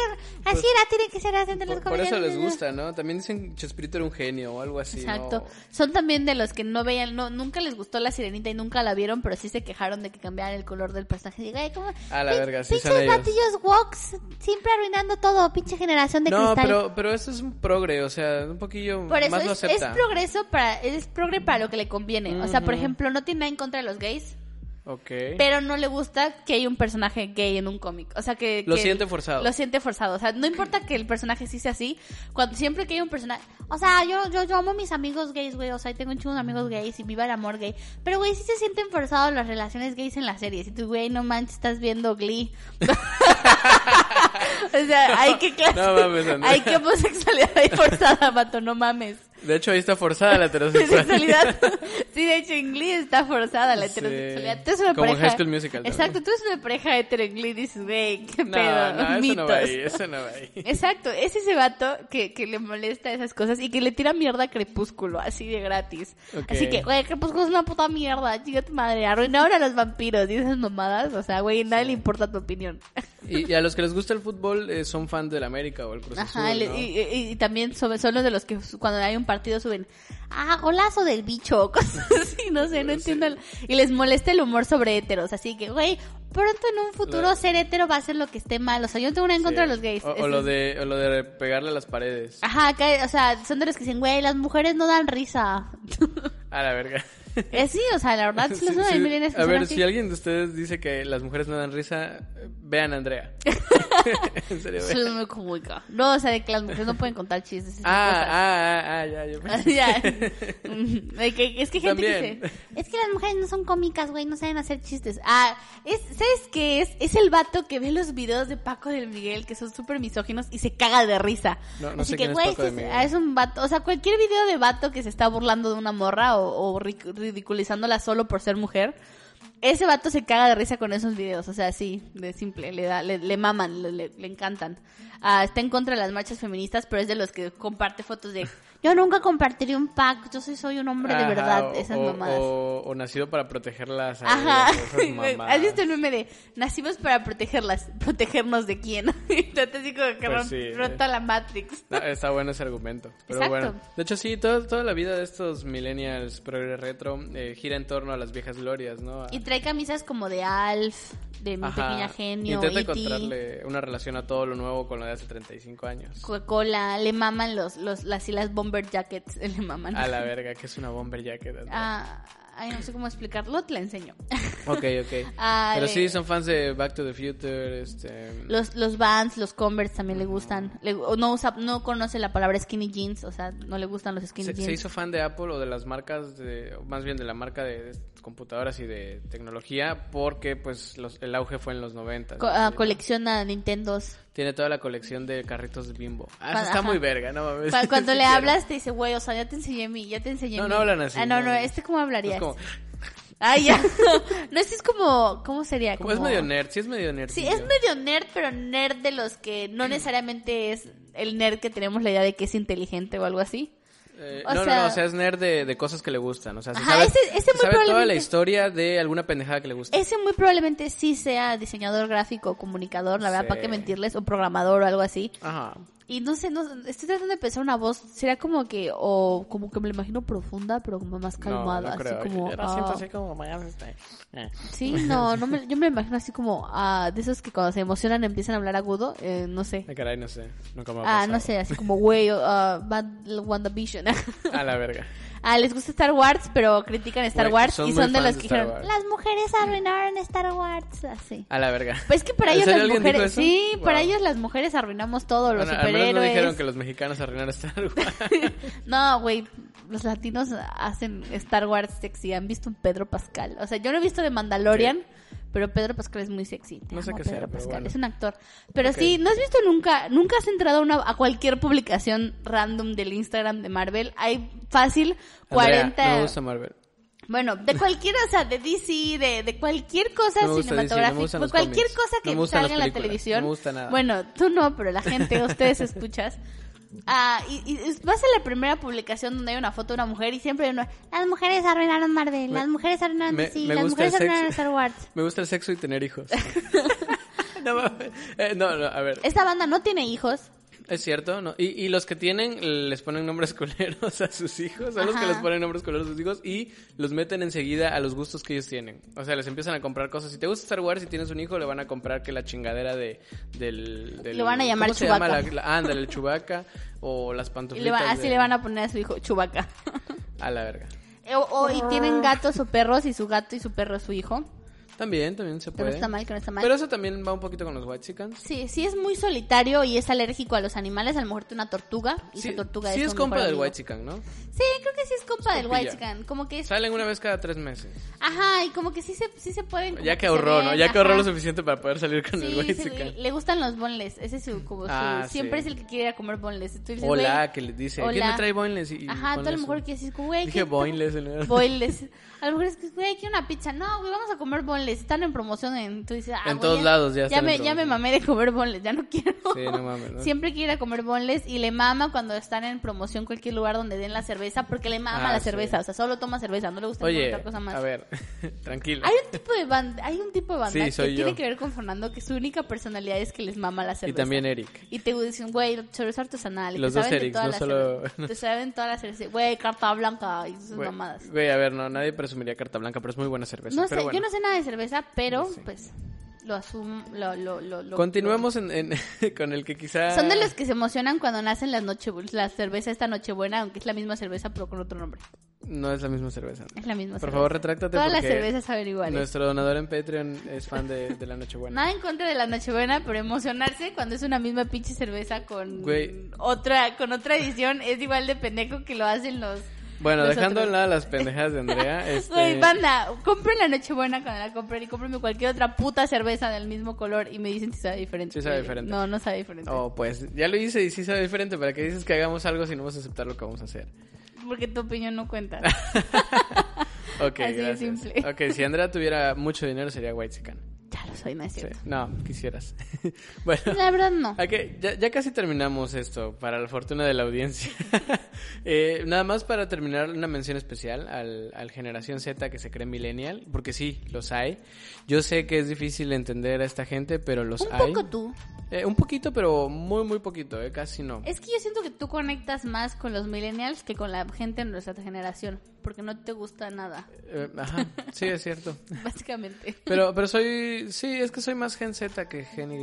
así era, tiene que ser así entre los Por, cómics. Pues por eso les gusta, ¿no? También dicen que Chespirito era un genio o algo así. Exacto. ¿no? Son también de los que no veían, no, nunca les gustó la sirenita y nunca la vieron, pero sí se quejaron de que cambiaran el color del personaje. Digo, "Ay, ¿cómo? A la Pin- verga, sí son Pinches ellos. batillos woks, siempre arruinando todo, pinche generación de No, cristal. pero, pero eso es un progre, o sea, un poquillo Por eso más lo es, es acepta. progreso para, es progre para lo que le conviene. O sea, por ejemplo, no tiene nada en contra de los gays, Ok. pero no le gusta que haya un personaje gay en un cómic. O sea, que... Lo que- siente forzado. Lo siente forzado. O sea, no importa que el personaje sí sea así, cuando siempre que hay un personaje... O sea, yo, yo, yo amo mis amigos gays, güey. O sea, tengo un chingo de amigos gays y viva el amor gay. Pero, güey, sí se sienten forzados las relaciones gays en las series. Y tú, güey, no manches, estás viendo Glee. o sea, hay que... No mames, Andrea. hay que homosexualidad ahí forzada, vato, no mames. De hecho, ahí está forzada la heterosexualidad. Sexualidad. sí, de hecho, en Glee está forzada la Sí. heterosexualidad. Tú eres una Como en pareja. High School Musical también. Exacto, tú eres una pareja hetero en Glee y dices, güey, qué no, pedo, no, eso no mitos. va ahí, eso no va ahí. Exacto, es ese vato que, que le molesta esas cosas y que le tira mierda a Crepúsculo, así de gratis. Ok. Así que, güey, Crepúsculo es una puta mierda, chica tu madre, arruinaron a los vampiros y esas mamadas. O sea, güey, nadie le importa tu opinión. Y, y a los que les gusta el fútbol eh, son fans del América o el Cruz Ajá, Azul, le- pues, ¿no? y, y- y también sobre- son los de los que su- cuando hay un partido suben, ah, golazo del bicho, o cosas así, no sé, no entiendo. el- Y les molesta el humor sobre héteros, así que, güey, pronto en un futuro La- ser hétero va a ser lo que esté mal, o sea, yo no tengo nada en contra Sí. de los gays. O, o eso lo es- Ah. de, o lo de pegarle a las paredes. Ajá, acá, o sea, son de los que dicen, güey, las mujeres no dan risa. A la verga. Eh, sí, o sea, la verdad, sí, Sí, los sí. del millennials a ver, pensaron si que- alguien de ustedes dice que las mujeres no dan risa, eh, vean a Andrea. en serio, vean. Soy muy cómica. No, o sea, de que las mujeres no pueden contar chistes. esas Ah, cosas. ah, ah, ah, ya, yo pensé. Así, ya. Mm, de que- Es que hay gente También. que dice, es que las mujeres no son cómicas, güey, no saben hacer chistes. Ah, es, ¿sabes qué es? Es el vato que ve los videos de Paco del Miguel, que son súper misóginos, y se caga de risa. No, no Así sé que, quién es güey, Paco del es, Miguel. ah, es un vato, o sea, cualquier video de vato que se está burlando de una morra o, o ri- ridiculizándola solo por ser mujer. Ese vato se caga de risa con esos videos, o sea, sí, de simple, le da, le, le maman, le, le- le encantan. Ah, está en contra de las marchas feministas, pero es de los que comparte fotos de yo nunca compartiré un pack, yo soy, soy un hombre de Ajá, verdad, o- esas o, mamadas. O, o nacido para protegerlas. a Ajá. ellas, esas mamadas. ¿Has visto el meme de nacimos para protegerlas? ¿Protegernos de quién? Entonces así como que Pues rom- sí. rota la Matrix. No, está bueno ese argumento. Pero Exacto. bueno. De hecho, sí, toda, toda la vida de estos millennials progre retro eh, gira en torno a las viejas glorias, ¿no? A- Y trae camisas como de Alf, de mi Ajá. pequeña genio, E Intenta E.T., encontrarle una relación a todo lo nuevo con lo de hace 35 años. Coca-Cola, le maman los, los, las y las bomber jackets, le maman. Ah, A la verga, que es una bomber jacket. Andrea. Ah, Ay, no sé cómo explicarlo, te la enseño. Ok, ok. Ah, Pero de- sí, son fans de Back to the Future, este... Los, los Vans, los Converse también le gustan. Le- o no usa, no conoce la palabra skinny jeans, o sea, no le gustan los skinny Se, jeans. se hizo fan de Apple o de las marcas, de, o más bien de la marca de, de computadoras y de tecnología, porque pues los- el auge fue en los 90. Co- ah, colecciona Nintendos. Tiene toda la colección de carritos de bimbo. Ah, eso Ajá. está muy verga, no mames. Cu- Cuando Sí le quiero. hablas te dice, güey, o sea, ya te enseñé mi, ya te enseñé No, mi". no hablan así, Ah, no, no, no, no. este cómo Es hablarías. como, Ay, ya. no, este es como, ¿cómo sería? como es medio nerd, sí es medio nerd. Sí, es medio nerd, pero nerd de los que no necesariamente es el nerd que tenemos la idea de que es inteligente o algo así. Eh, o no, no, sea- no, o sea, es nerd de, de cosas que le gustan. O sea, se Ajá, sabe, ese- ese se muy sabe toda la probablemente- Eh, historia de alguna pendejada que le gusta. Ese muy probablemente sí sea diseñador gráfico o comunicador, la verdad, Sí. para qué mentirles, o programador o algo así. Ajá. Y no sé, no, estoy tratando de pensar una voz, será como que, o como que me la imagino profunda, pero como más calmada, no, no creo. así como... Yo lo siento ah. así como más, este, eh. Sí, no, no me- yo me imagino así como ah, de esos que cuando se emocionan empiezan a hablar agudo, eh, no sé. Ay, caray, no sé. Nunca me ha Ah, pasado. no sé, así como, güey, o, ah, Bad WandaVision. A la verga. ah, les gusta Star Wars, pero critican Star Güey, Wars son y muy son de fans los de que Star dijeron, Wars. las mujeres arruinaron Star Wars, así. A la verga. Pues es que para ¿En ellos serio las alguien dijo mujeres, eso? sí, para Wow. ellos las mujeres arruinamos todo, los Bueno, al menos superhéroes. no dijeron que los mexicanos arruinaron este Star Wars. No, güey, los latinos hacen Star Wars sexy. ¿Han visto un Pedro Pascal? O sea, yo no he visto de Mandalorian, pero Pedro Pascal es muy sexy. Te No sé amo, qué sea, Pedro pero Pascal bueno. es un actor. Pero Ok. sí, ¿no has visto nunca, nunca has entrado a, una- a cualquier publicación random del Instagram de Marvel? Hay fácil 40... Andrea, no me gusta Marvel. Bueno, de cualquier, o sea, de DC, de, de cualquier cosa No me gusta DC, no me cinematográfica, pues, gustan los cualquier cómics, cosa no que me gustan salga en las la películas, televisión. no me gusta nada. Bueno, tú no, pero la gente, ustedes escuchas. Ah, y, y vas a la primera publicación donde hay una foto de una mujer y siempre hay una. Las mujeres arruinaron Marvel, Me- las mujeres arruinaron me- DC, me gusta las el mujeres arruinaron sexo. Star Wars. Me gusta el sexo y tener hijos. no, mames. Eh, no, no, a ver. Esta banda no tiene hijos. Es cierto, ¿no? Y, y los que tienen les ponen nombres culeros a sus hijos, son los que Ajá. les ponen nombres culeros a sus hijos y los meten enseguida a los gustos que ellos tienen. O sea, les empiezan a comprar cosas. Si te gusta Star Wars, si tienes un hijo, le van a comprar que la chingadera de, del, del- Lo van a llamar ¿cómo se Chewbacca. llama? La- la- ándale, el chubaca o las Y pantuflitas. le va- así de- le van a poner a su hijo Chubaca. A la verga. y tienen gatos o perros y su gato y su perro es su hijo. También, también se Que puede. no está mal, que no está mal. Pero eso también va un poquito con los White Chickens. Sí, sí es muy solitario y es alérgico a los animales, a lo mejor tiene una tortuga y Sí, esa tortuga sí es, es su compa mejor del amigo. White Chicken, ¿no? Sí, creo que sí es compa del compilla. White Chicken, como que es Salen una vez cada tres meses. Ajá, y como que sí se sí se pueden como Ya que se ahorró, ven, ¿no? Ya que ahorró ajá. lo suficiente para poder salir con el Sí, White se- Chicken. le gustan los bonles, ese es su como su- Ah, siempre sí. es el que quiere ir a comer bonles. Tú dices, Hola, güey, que le dice. hola. ¿Quién me trae boinless? Y, y Ajá, tú a ponle lo mejor su- quieres decir, como, güey, Dije ¿qué- boinless en lugar de- Boneless. A lo mejor es que, güey, quiero una pizza. No, güey, vamos a comer boneless. Están en promoción en... Tú dices, ah, En güey, todos lados ya están me, en ya me promoción. mamé de comer boneless, ya no quiero. Sí, no mames, ¿no? Siempre quiere ir a comer boneless y le mama cuando están en promoción cualquier lugar donde den la cerveza porque le mama Ah, la sí. cerveza. O sea, solo toma cerveza, no le gusta ninguna Oye, otra cosa más. a ver, tranquilo. Hay un tipo de banda, hay un tipo de banda Sí, que soy tiene yo. que ver con Fernando que su única personalidad es que les mama la Y cerveza. también Eric. Y te dicen, güey, cerveza artesanal. Y Los te dos saben de Erics, todas no las solo- cervezas. Te saben todas las cervezas. Güey, carta blanca y sus Güey, mamadas. Güey, a ver, no, nadie presumiría carta blanca, pero es muy buena cerveza. No Pues sé, pero bueno. yo no sé nada de cerveza, pero Sí. pues lo asumo, lo, lo, lo, lo- Continuemos en- en- con el que lo- quizá... Son de los que se emocionan cuando nacen las noche, la cerveza esta nochebuena, aunque es la misma cerveza pero con otro nombre. No es la misma cerveza. Es la misma Por cerveza. favor, retráctate Todas las porque cervezas saben iguales. Nuestro donador en Patreon es fan de, de la Nochebuena. Nada en contra de la nochebuena, pero emocionarse cuando es una misma pinche cerveza con Güey. otra con otra edición es igual de pendejo que lo hacen los Bueno, los dejando a otros. un lado las pendejadas de Andrea, este... Güey, banda, compren la Nochebuena cuando la compren y cómprenme cualquier otra puta cerveza del mismo color y me dicen si sabe diferente. Sí sabe Güey, diferente. No, no sabe diferente. Oh, pues, ya lo hice y sí sabe diferente. ¿Para qué dices que hagamos algo si no vamos a aceptar lo que vamos a hacer? Porque tu opinión no cuenta. Ok, Así de gracias. simple. Ok, si Andrea tuviera mucho dinero sería Whitezican. ya lo soy, no es Sí. cierto. No, quisieras. bueno, La verdad no. ok, ya, ya casi terminamos esto, para la fortuna de la audiencia. Eh, nada más para terminar una mención especial al, al generación Z que se cree millennial, porque sí, los hay. Yo sé que es difícil entender a esta gente, pero los Un hay. poco tú. Eh, un poquito, pero muy, muy poquito, eh, casi no. Es que yo siento que tú conectas más con los millennials que con la gente de nuestra generación, porque no te gusta nada, Eh, ajá, sí, es cierto. básicamente. Pero, pero soy. Sí, es que soy más Gen Z que Gen Y.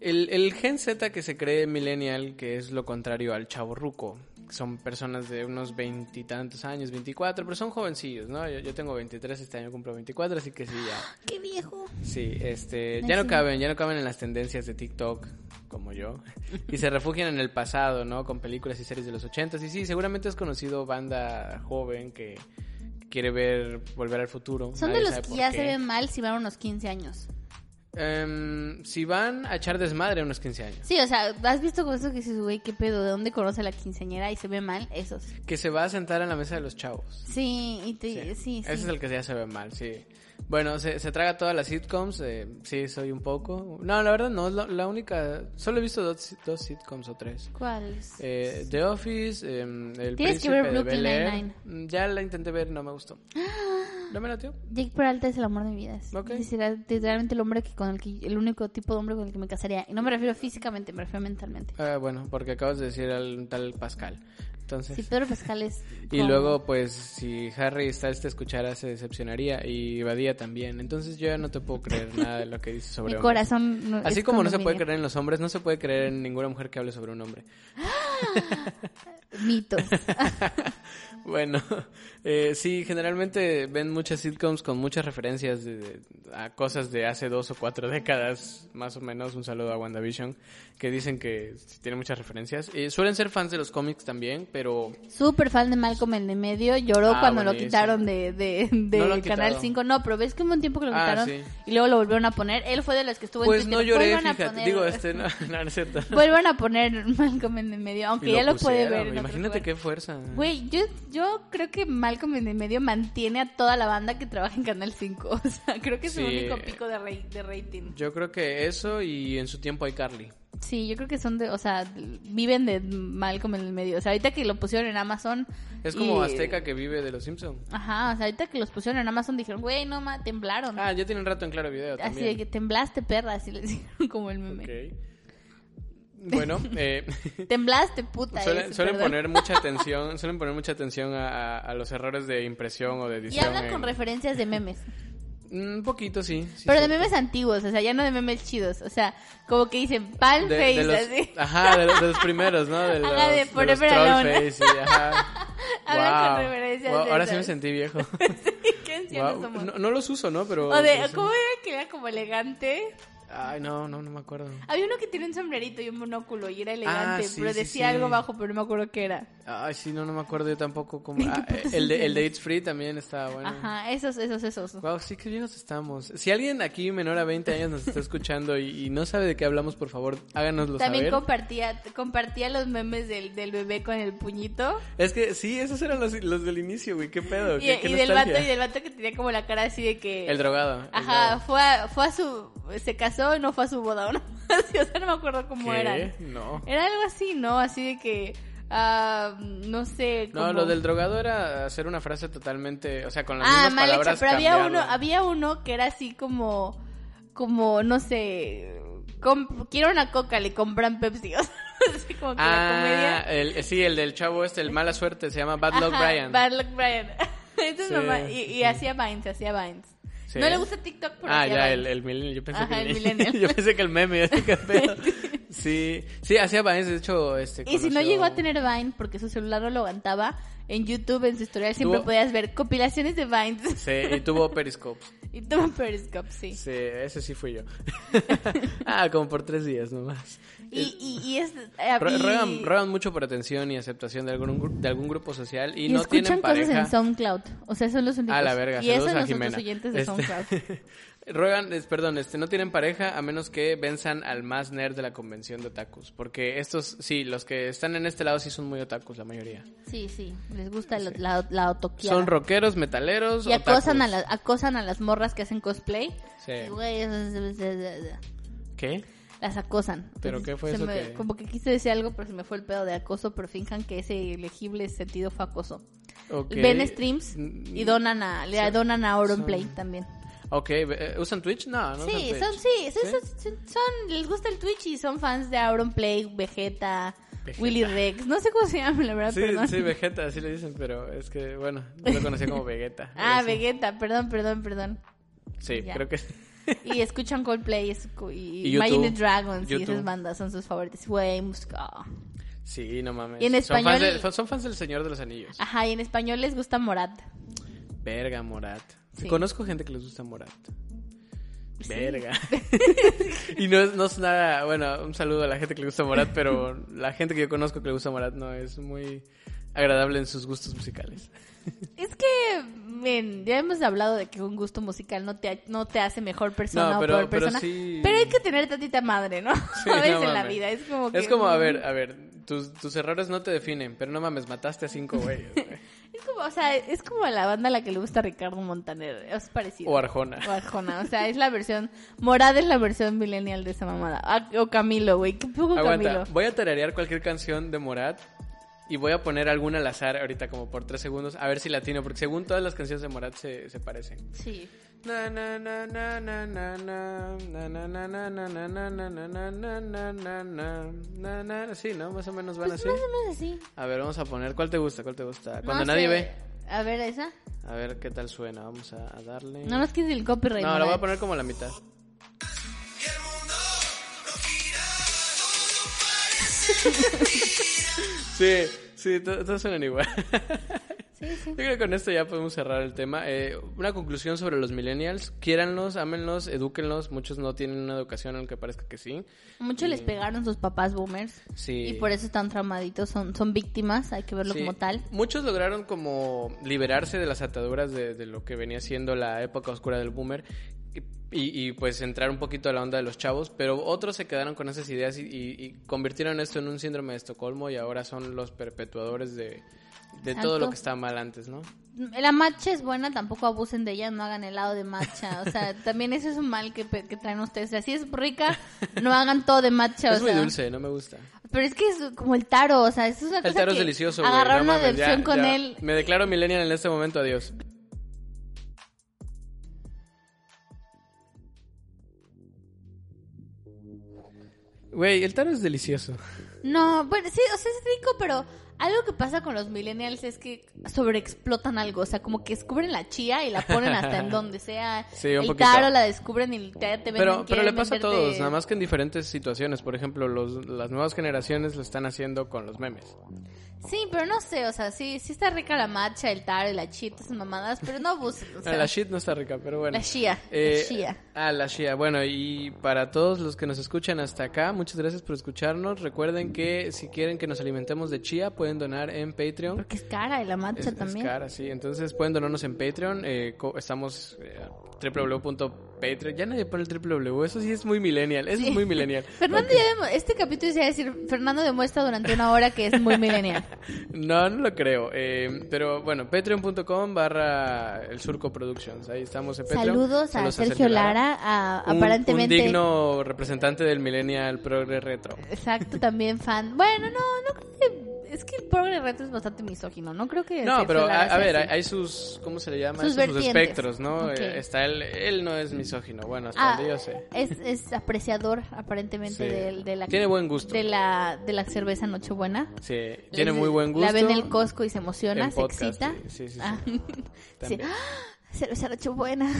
El, el Gen Z que se cree millennial, que es lo contrario al chavo ruco, son personas de unos veintitantos años, 24, pero son jovencillos, ¿no? Yo, yo tengo 23, este año cumplo 24, así que sí, ya. ¡Qué viejo! Sí, este, ya no caben, ya no caben en las tendencias de TikTok como yo y se refugian en el pasado, ¿no? Con películas y series de los 80 y sí, seguramente has conocido banda joven que quiere ver volver al futuro. Son de nadie los sabe que por ya qué. se ven mal si van a unos 15 años. Em, si van a echar desmadre a unos 15 años. Sí, o sea, ¿has visto con eso que dices, güey, qué pedo? ¿De dónde conoce a la quinceañera y se ve mal? Esos. Que se va a sentar en la mesa de los chavos. Sí, y te, sí, sí. Ese es el que ya se ve mal, sí. Bueno, se, se traga todas las sitcoms, eh, sí, soy un poco. No, la verdad no, es la, la única, solo he visto dos, dos sitcoms o tres. ¿Cuáles? Eh, The Office, eh, El Tienes que Príncipe ver de Brooklyn Bel-Air. Nine-Nine. Mm, Ya la intenté ver, no me gustó. ¿No me latió? Jake Peralta es el amor de mi vida. Es Ok. literal- literalmente el hombre que con el que el único tipo de hombre con el que me casaría. Y no me refiero físicamente, me refiero mentalmente. Ah, bueno, porque acabas de decir al tal Pascal. Entonces... Si Pedro Pascal es Y como- luego, pues, si Harry Styles te escuchara, se decepcionaría. Y Badía también. Entonces, yo ya no te puedo creer nada de lo que dices sobre mi hombres. corazón no- Así es como no se condominio. puede creer en los hombres, no se puede creer en ninguna mujer que hable sobre un hombre. mitos. Bueno, eh, sí, generalmente ven muchas sitcoms con muchas referencias de- de- a cosas de hace dos o cuatro décadas, más o menos. Un saludo a WandaVision, que dicen que tiene muchas referencias. Eh, suelen ser fans de los cómics también, pero Súper fan de Malcolm el de medio, lloró Ah, cuando lo buenísimo. quitaron de, de, de No lo han Canal quitado. 5. No, pero ves que hubo un tiempo que lo Ah, quitaron sí. y luego lo volvieron a poner. Él fue de los que estuvo pues en no Twitter. lloré, "Vuelvan a fíjate. poner- Digo, este, no, no, no es cierto. Vuelvan a poner Malcolm en el medio, aunque Y ya lo puede pusieron, ver. en otro Imagínate lugar. qué fuerza. Güey, yo, yo creo que Malcolm en el medio mantiene a toda la banda que trabaja en Canal 5. O sea, creo que es su Sí. único pico de, rey- de rating. Yo creo que eso y en su tiempo hay Carly. Sí, yo creo que son de, o sea, viven de Malcolm en el medio. O sea, ahorita que lo pusieron en Amazon. Es como y- Azteca que vive de los Simpsons. Ajá, o sea, ahorita que los pusieron en Amazon dijeron, güey, no, ma, temblaron. Ah, ya tiene un rato en Claro Video así también. de que temblaste, perra, así le dijeron como el meme. Ok. Bueno, eh, Temblaste, puta. suelen, ese, suelen perdón. poner mucha atención, suelen poner mucha atención a, a- a los errores de impresión o de Y edición. hablan con en- referencias de memes. Un poquito, sí. sí, pero de cierto. memes antiguos, o sea, ya no de memes chidos. O sea, como que dicen pan De- face, de los- así. Ajá, de, los- de los primeros, ¿no? De los, Ajá, de de los Forever troll Alone. face, sí, ajá. Hablan con Wow. referencias Wow, de ahora sí me esas. sentí viejo. ¿Qué ancianos Wow. somos? No, no los uso, ¿no? Pero... O de, pero sí. ¿cómo era que era como elegante? Ay, no, no, no me acuerdo. Había uno que tenía un sombrerito y un monóculo y era elegante, Ah, sí, pero sí, decía sí. algo bajo, pero no me acuerdo qué era. Ay, sí, no, no me acuerdo yo tampoco cómo. Ah, el, de, el de It's Free también estaba bueno. Ajá, esos, esos, esos. Wow, sí que viejos estamos. Si alguien aquí menor a 20 años nos está escuchando y, y no sabe de qué hablamos, por favor, háganoslo También saber. compartía, compartía los memes del, del bebé con el puñito Es que sí, esos eran los, los del inicio, güey, qué pedo. y, qué, qué y del vato nostalgia. y del vato que tenía como la cara así de que... El drogado. el Ajá, drogado. fue a, fue a su... se casó no fue a su boda o no. Así, o sea, no me acuerdo cómo ¿Qué? eran. No. Era Eh, algo así, ¿no? Así de que... ah, no sé... No, como- lo del drogado era hacer una frase totalmente, o sea, con las Ah, mismas mal hecha, palabras. pero había uno, cambiarla. había uno que era así como, como, no sé, com- quiero una coca, le compran Pepsi, o sea, así como que Ah, la el, sí, el del chavo este, el mala suerte, se llama Bad comedia. Luck Ajá, Brian. Bad Luck Brian. Eso es Sí, mamá, y, y sí. hacía Vines, hacía Vines. Sí. No le gusta TikTok, pero Ah, hacía ya, el, Vines. el millennial. Yo pensé, Ajá, que el millennial. yo pensé que el meme. yo dije, ¿qué pedo? sí, sí, hacía Vines, de hecho. Este, Y si no conoció- llegó a tener Vine porque su celular no lo aguantaba, en YouTube, en su historial, siempre Tuvo- podías ver compilaciones de Vines Sí, y tuvo Periscope. y toma Periscope, sí. Sí, ese sí fui yo. ah, como por tres días nomás. Y, y, y es... eh, Ro- y- Ruegan, ruegan mucho por atención y aceptación de algún, gru- de algún grupo social y, Y, no escuchan tienen cosas pareja. en SoundCloud. O sea, son los únicos. Ah, la verga, Y eso saludos a nosotros Jimena. oyentes de Este- SoundCloud. Ruegan, es- perdón, este, no tienen pareja a menos que venzan al más nerd de la convención de otakus. Porque estos, sí, los que están en este lado sí son muy otakus, la mayoría. Sí, sí. Les gusta lo- la, la autoquiada. Son rockeros, metaleros, Y acosan otakus. a, las acosan a las morras que hacen cosplay. Sí. Y, güey, eso es- es- es- es- ¿Qué? Las acosan. ¿Pero qué fue se eso me- que- Como que quise decir algo, pero se me fue el pedo de acoso. Pero finjan que ese legible sentido fue acoso. Ok. Ven streams Mm, y donan a, le son- donan a Auron son- Play también. Ok, eh, ¿usan Twitch? No, no sí, usan son, Twitch. sí, son, son- son- les gusta el Twitch y son fans de Auron Play, Vegeta, Vegeta. Willy Rex, no sé cómo se llaman, la verdad, Sí, perdón. sí, Vegeta, así le dicen, pero es que, bueno, yo lo conocía como Vegeta. ah, Sí. Vegeta, perdón, perdón, perdón. Sí, Ya. creo que Y escuchan Coldplay y, escu- y Y Imagine YouTube. the Dragons y YouTube. esas bandas son sus favoritas. Güey, música. Sí, no mames. Y en Son fans, español- del- son fans del Señor de los Anillos. Ajá, y en español les gusta Morat. Verga, Morat. Sí. Conozco gente que les gusta Morat. Sí. Verga. y no es, no es nada, bueno, un saludo a la gente que le gusta Morat, pero la gente que yo conozco que le gusta Morat no es muy agradable en sus gustos musicales. Es que, men, ya hemos hablado de que un gusto musical no te, ha- no te hace mejor persona No, o pero- peor pero persona. sí- hay que tener tantita madre, ¿no? Sí, a veces no en la mames. vida. Es como que. mm. Es como, a ver, a ver, tus, tus errores no te definen, pero no mames, mataste a cinco güeyes. güey. Es como, o sea, es como la banda a la que le gusta Ricardo Montaner. Es parecido. o Arjona. O Arjona, o sea, es la versión. Morada es la versión millennial de esa mamada. Ah, O Camilo, güey. Qué poco Aguanta, Camilo. voy a tararear cualquier canción de Morat y voy a poner alguna al azar ahorita como por tres segundos a ver si latino, porque según todas las canciones de Morat se, se parecen. Sí. Na, na, na, na, na, na, na, na, na, na, na, na, na, na, na, na, na, na, na, na, na, na, na. Sí, ¿no? Más o menos van Pues así. más o menos así. A ver, vamos a poner, ¿cuál te gusta? ¿Cuál te gusta? No Cuando nadie sé. ve. A ver, esa. A ver qué tal suena, vamos a a darle... No nos quites el copyright. No, la voy Morad. a poner como a la mitad. Sí, sí, to- todos suenan igual. Sí, sí. Yo creo que con esto ya podemos cerrar el tema. Eh, una conclusión sobre los millennials. Quiéranlos, ámenlos, edúquenlos. Muchos no tienen una educación, aunque parezca que sí. Muchos les pegaron sus papás boomers. Sí. Y por eso están traumaditos, son, son víctimas, hay que verlo Sí. como tal. Muchos lograron como liberarse de las ataduras de, de lo que venía siendo la época oscura del boomer y, y, pues entrar un poquito a la onda de los chavos, pero otros se quedaron con esas ideas y, y- y convirtieron esto en un síndrome de Estocolmo y ahora son los perpetuadores de, de todo Exacto. lo que estaba mal antes, ¿no? La matcha es buena, tampoco abusen de ella, no hagan helado de matcha. O sea, también eso es un mal que, pe- que traen ustedes. Así es rica, no hagan todo de matcha. es o muy sea. dulce, no me gusta. Pero es que es como el taro, o sea, eso es una El cosa taro es que delicioso, güey. Agarrar no una mames, ya- adicción con ya. él. Me declaro millennial en este momento, adiós. Güey, el taro es delicioso. No, bueno, sí, o sea, es rico, pero algo que pasa con los millennials es que sobreexplotan algo, o sea, como que descubren la chía y la ponen hasta en donde sea. Sí, un el poquito. taro la descubren y te, te venden, Pero, pero quieren le pasa a venderte- todos, nada más que en diferentes situaciones. Por ejemplo, los, las nuevas generaciones lo están haciendo con los memes. Sí, pero no sé, o sea, sí, sí está rica la matcha, el taro y la chía, todas esas mamadas, pero no abusen, o sea, Ah, la shit no está rica, pero bueno. la chía, Eh, la chía. Ah, la Shia. Bueno, y para todos los que nos escuchan hasta acá, muchas gracias por escucharnos. Recuerden que si quieren que nos alimentemos de chía, pueden donar en Patreon. Porque es cara y la Es, matcha es también. cara, sí. Entonces pueden donarnos en Patreon. Eh, co- estamos eh, www.patreon. Ya nadie pone el www. Eso sí es muy millennial. Eso es muy millennial. Fernando ya demo- este capítulo se va a decir, Fernando demuestra durante una hora que es muy millennial. No, no lo creo. Eh, pero bueno, patreon.com barra el surco productions. Ahí estamos en Patreon. Saludos a Saludos Sergio Lara, a- Un- aparentemente... Un digno representante del millennial progre retro. Exacto, también fan. Bueno, no, no creo que... Es que el progre retro es bastante misógino, no creo que... No, Sergio pero a, Lara a sea ver, hay, así. hay sus, ¿cómo se le llama? Sus Esos- vertientes. espectros, ¿no? Ok. Eh, Está él, él no es misógino, bueno, hasta Ah, donde yo sé. es, es apreciador aparentemente Sí. de, de la... Tiene buen gusto. De la, de la cerveza Nochebuena. Sí, tiene Es- muy buen gusto. La ve en el Costco y se emociona, En se podcast, excita. sí, sí, sí, sí. Ah, sí. También. ¡Ah! Cerveza Nochebuena.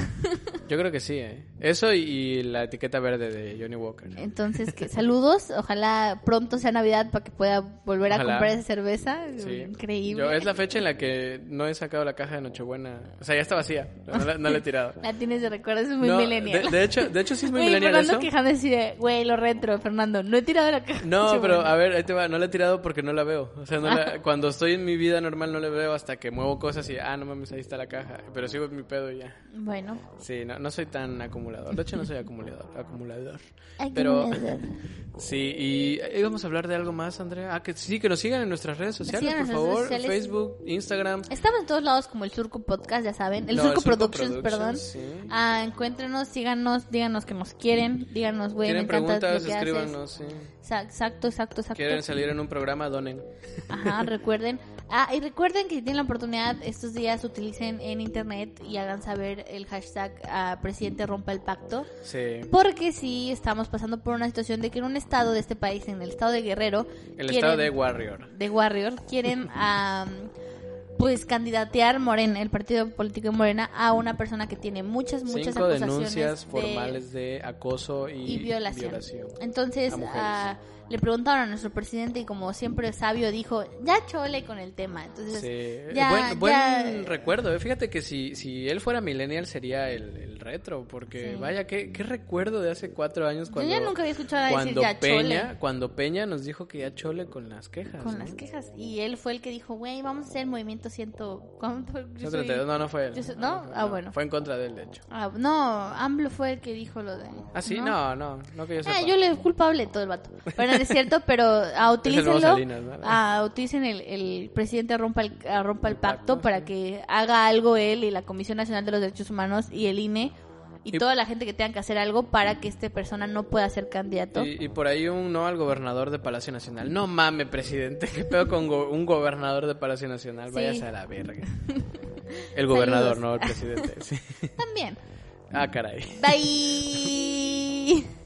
Yo creo que sí, ¿eh? Eso y, y la etiqueta verde de Johnny Walker. Entonces, que saludos. Ojalá pronto sea Navidad para que pueda volver a Ojalá. comprar esa cerveza. Sí. Increíble. Yo- es la fecha en la que no he sacado la caja de Nochebuena. O sea, ya está vacía. No, la, no la he tirado. La tienes de recuerdo, eso es muy No, millennial. De, de hecho, de hecho sí es muy Güey, millennial Fernando eso. quejando así de, güey, lo retro, Fernando. No he tirado la caja. No, Nochebuena. pero a ver, ahí te va. No la he tirado porque no la veo. O sea, no Ah. la- cuando estoy en mi vida normal no la veo hasta que muevo cosas y, ah, no mames, ahí está la caja. Pero sigo en mi pedo y ya. Bueno, Sí, no, no soy tan acumulador. De hecho, no soy acumulador. acumulador. hay que Pero mirar. sí, y eh, íbamos a hablar de algo más, Andrea. Ah, que sí, que nos sigan en nuestras redes sociales, Sigan en por nuestras favor. redes sociales. Facebook, Instagram. Estamos en todos lados como el Surco Podcast, ya saben. El No, Surco el Surco Productions, perdón. Productions, sí. Ah, encuéntrenos, síganos, díganos que nos quieren. Díganos, güey, Tienen me encanta lo preguntas, que haces. escríbanos. sí. Sa- Exacto, exacto, exacto. Quieren salir en un programa, donen. Ajá, recuerden. Ah, y recuerden que si tienen la oportunidad, estos días utilicen en internet y hagan saber el hashtag ah, presidente rompa el pacto. Sí. Porque sí estamos pasando por una situación de que en un estado de este país, en el estado de Guerrero, El quieren- estado de Warrior. de Warrior, quieren am, pues candidatear Morena, el partido político de Morena, a una persona que tiene muchas, muchas Cinco acusaciones denuncias de- formales de acoso y, y violación. Entonces, a mujeres. ah, le preguntaron a nuestro presidente y como siempre sabio dijo, ya chole con el tema. Entonces, Sí. ya, buen buen ya- recuerdo. eh. Fíjate que si, si él fuera millennial sería el, el retro, porque Sí. vaya, ¿qué, qué recuerdo de hace cuatro años cuando... yo ya nunca había escuchado a nadie cuando decir ya Peña, chole cuando Peña nos dijo que ya chole con las quejas. con ¿no? las quejas. Y él fue el que dijo, güey, vamos a hacer el movimiento ciento... ¿cuánto? Yo soy- 132, no, no fue él. yo soy- ¿no? fue- Ah, bueno. Fue en contra de él, de hecho. Ah, no, AMLO fue el que dijo lo de... Ah, sí, no, no, no, que yo sepa. Ah, yo le culpable todo el vato. Bueno, es cierto, pero ah, utilícenlo. Salinas, ¿no? ah, utilicen el, el presidente rompa el, ah, rompa el El pacto pacto, para sí. que haga algo él y la Comisión Nacional de los Derechos Humanos y el INE y, Y- toda la gente que tenga que hacer algo para que esta persona no pueda ser candidato. Y, y por ahí un no al gobernador de Palacio Nacional. No mames, presidente, qué pedo con go- un gobernador de Palacio Nacional. Sí. Váyase a la verga. El Ah, gobernador, Saludos. no el presidente. sí. También. Ah, caray. Bye.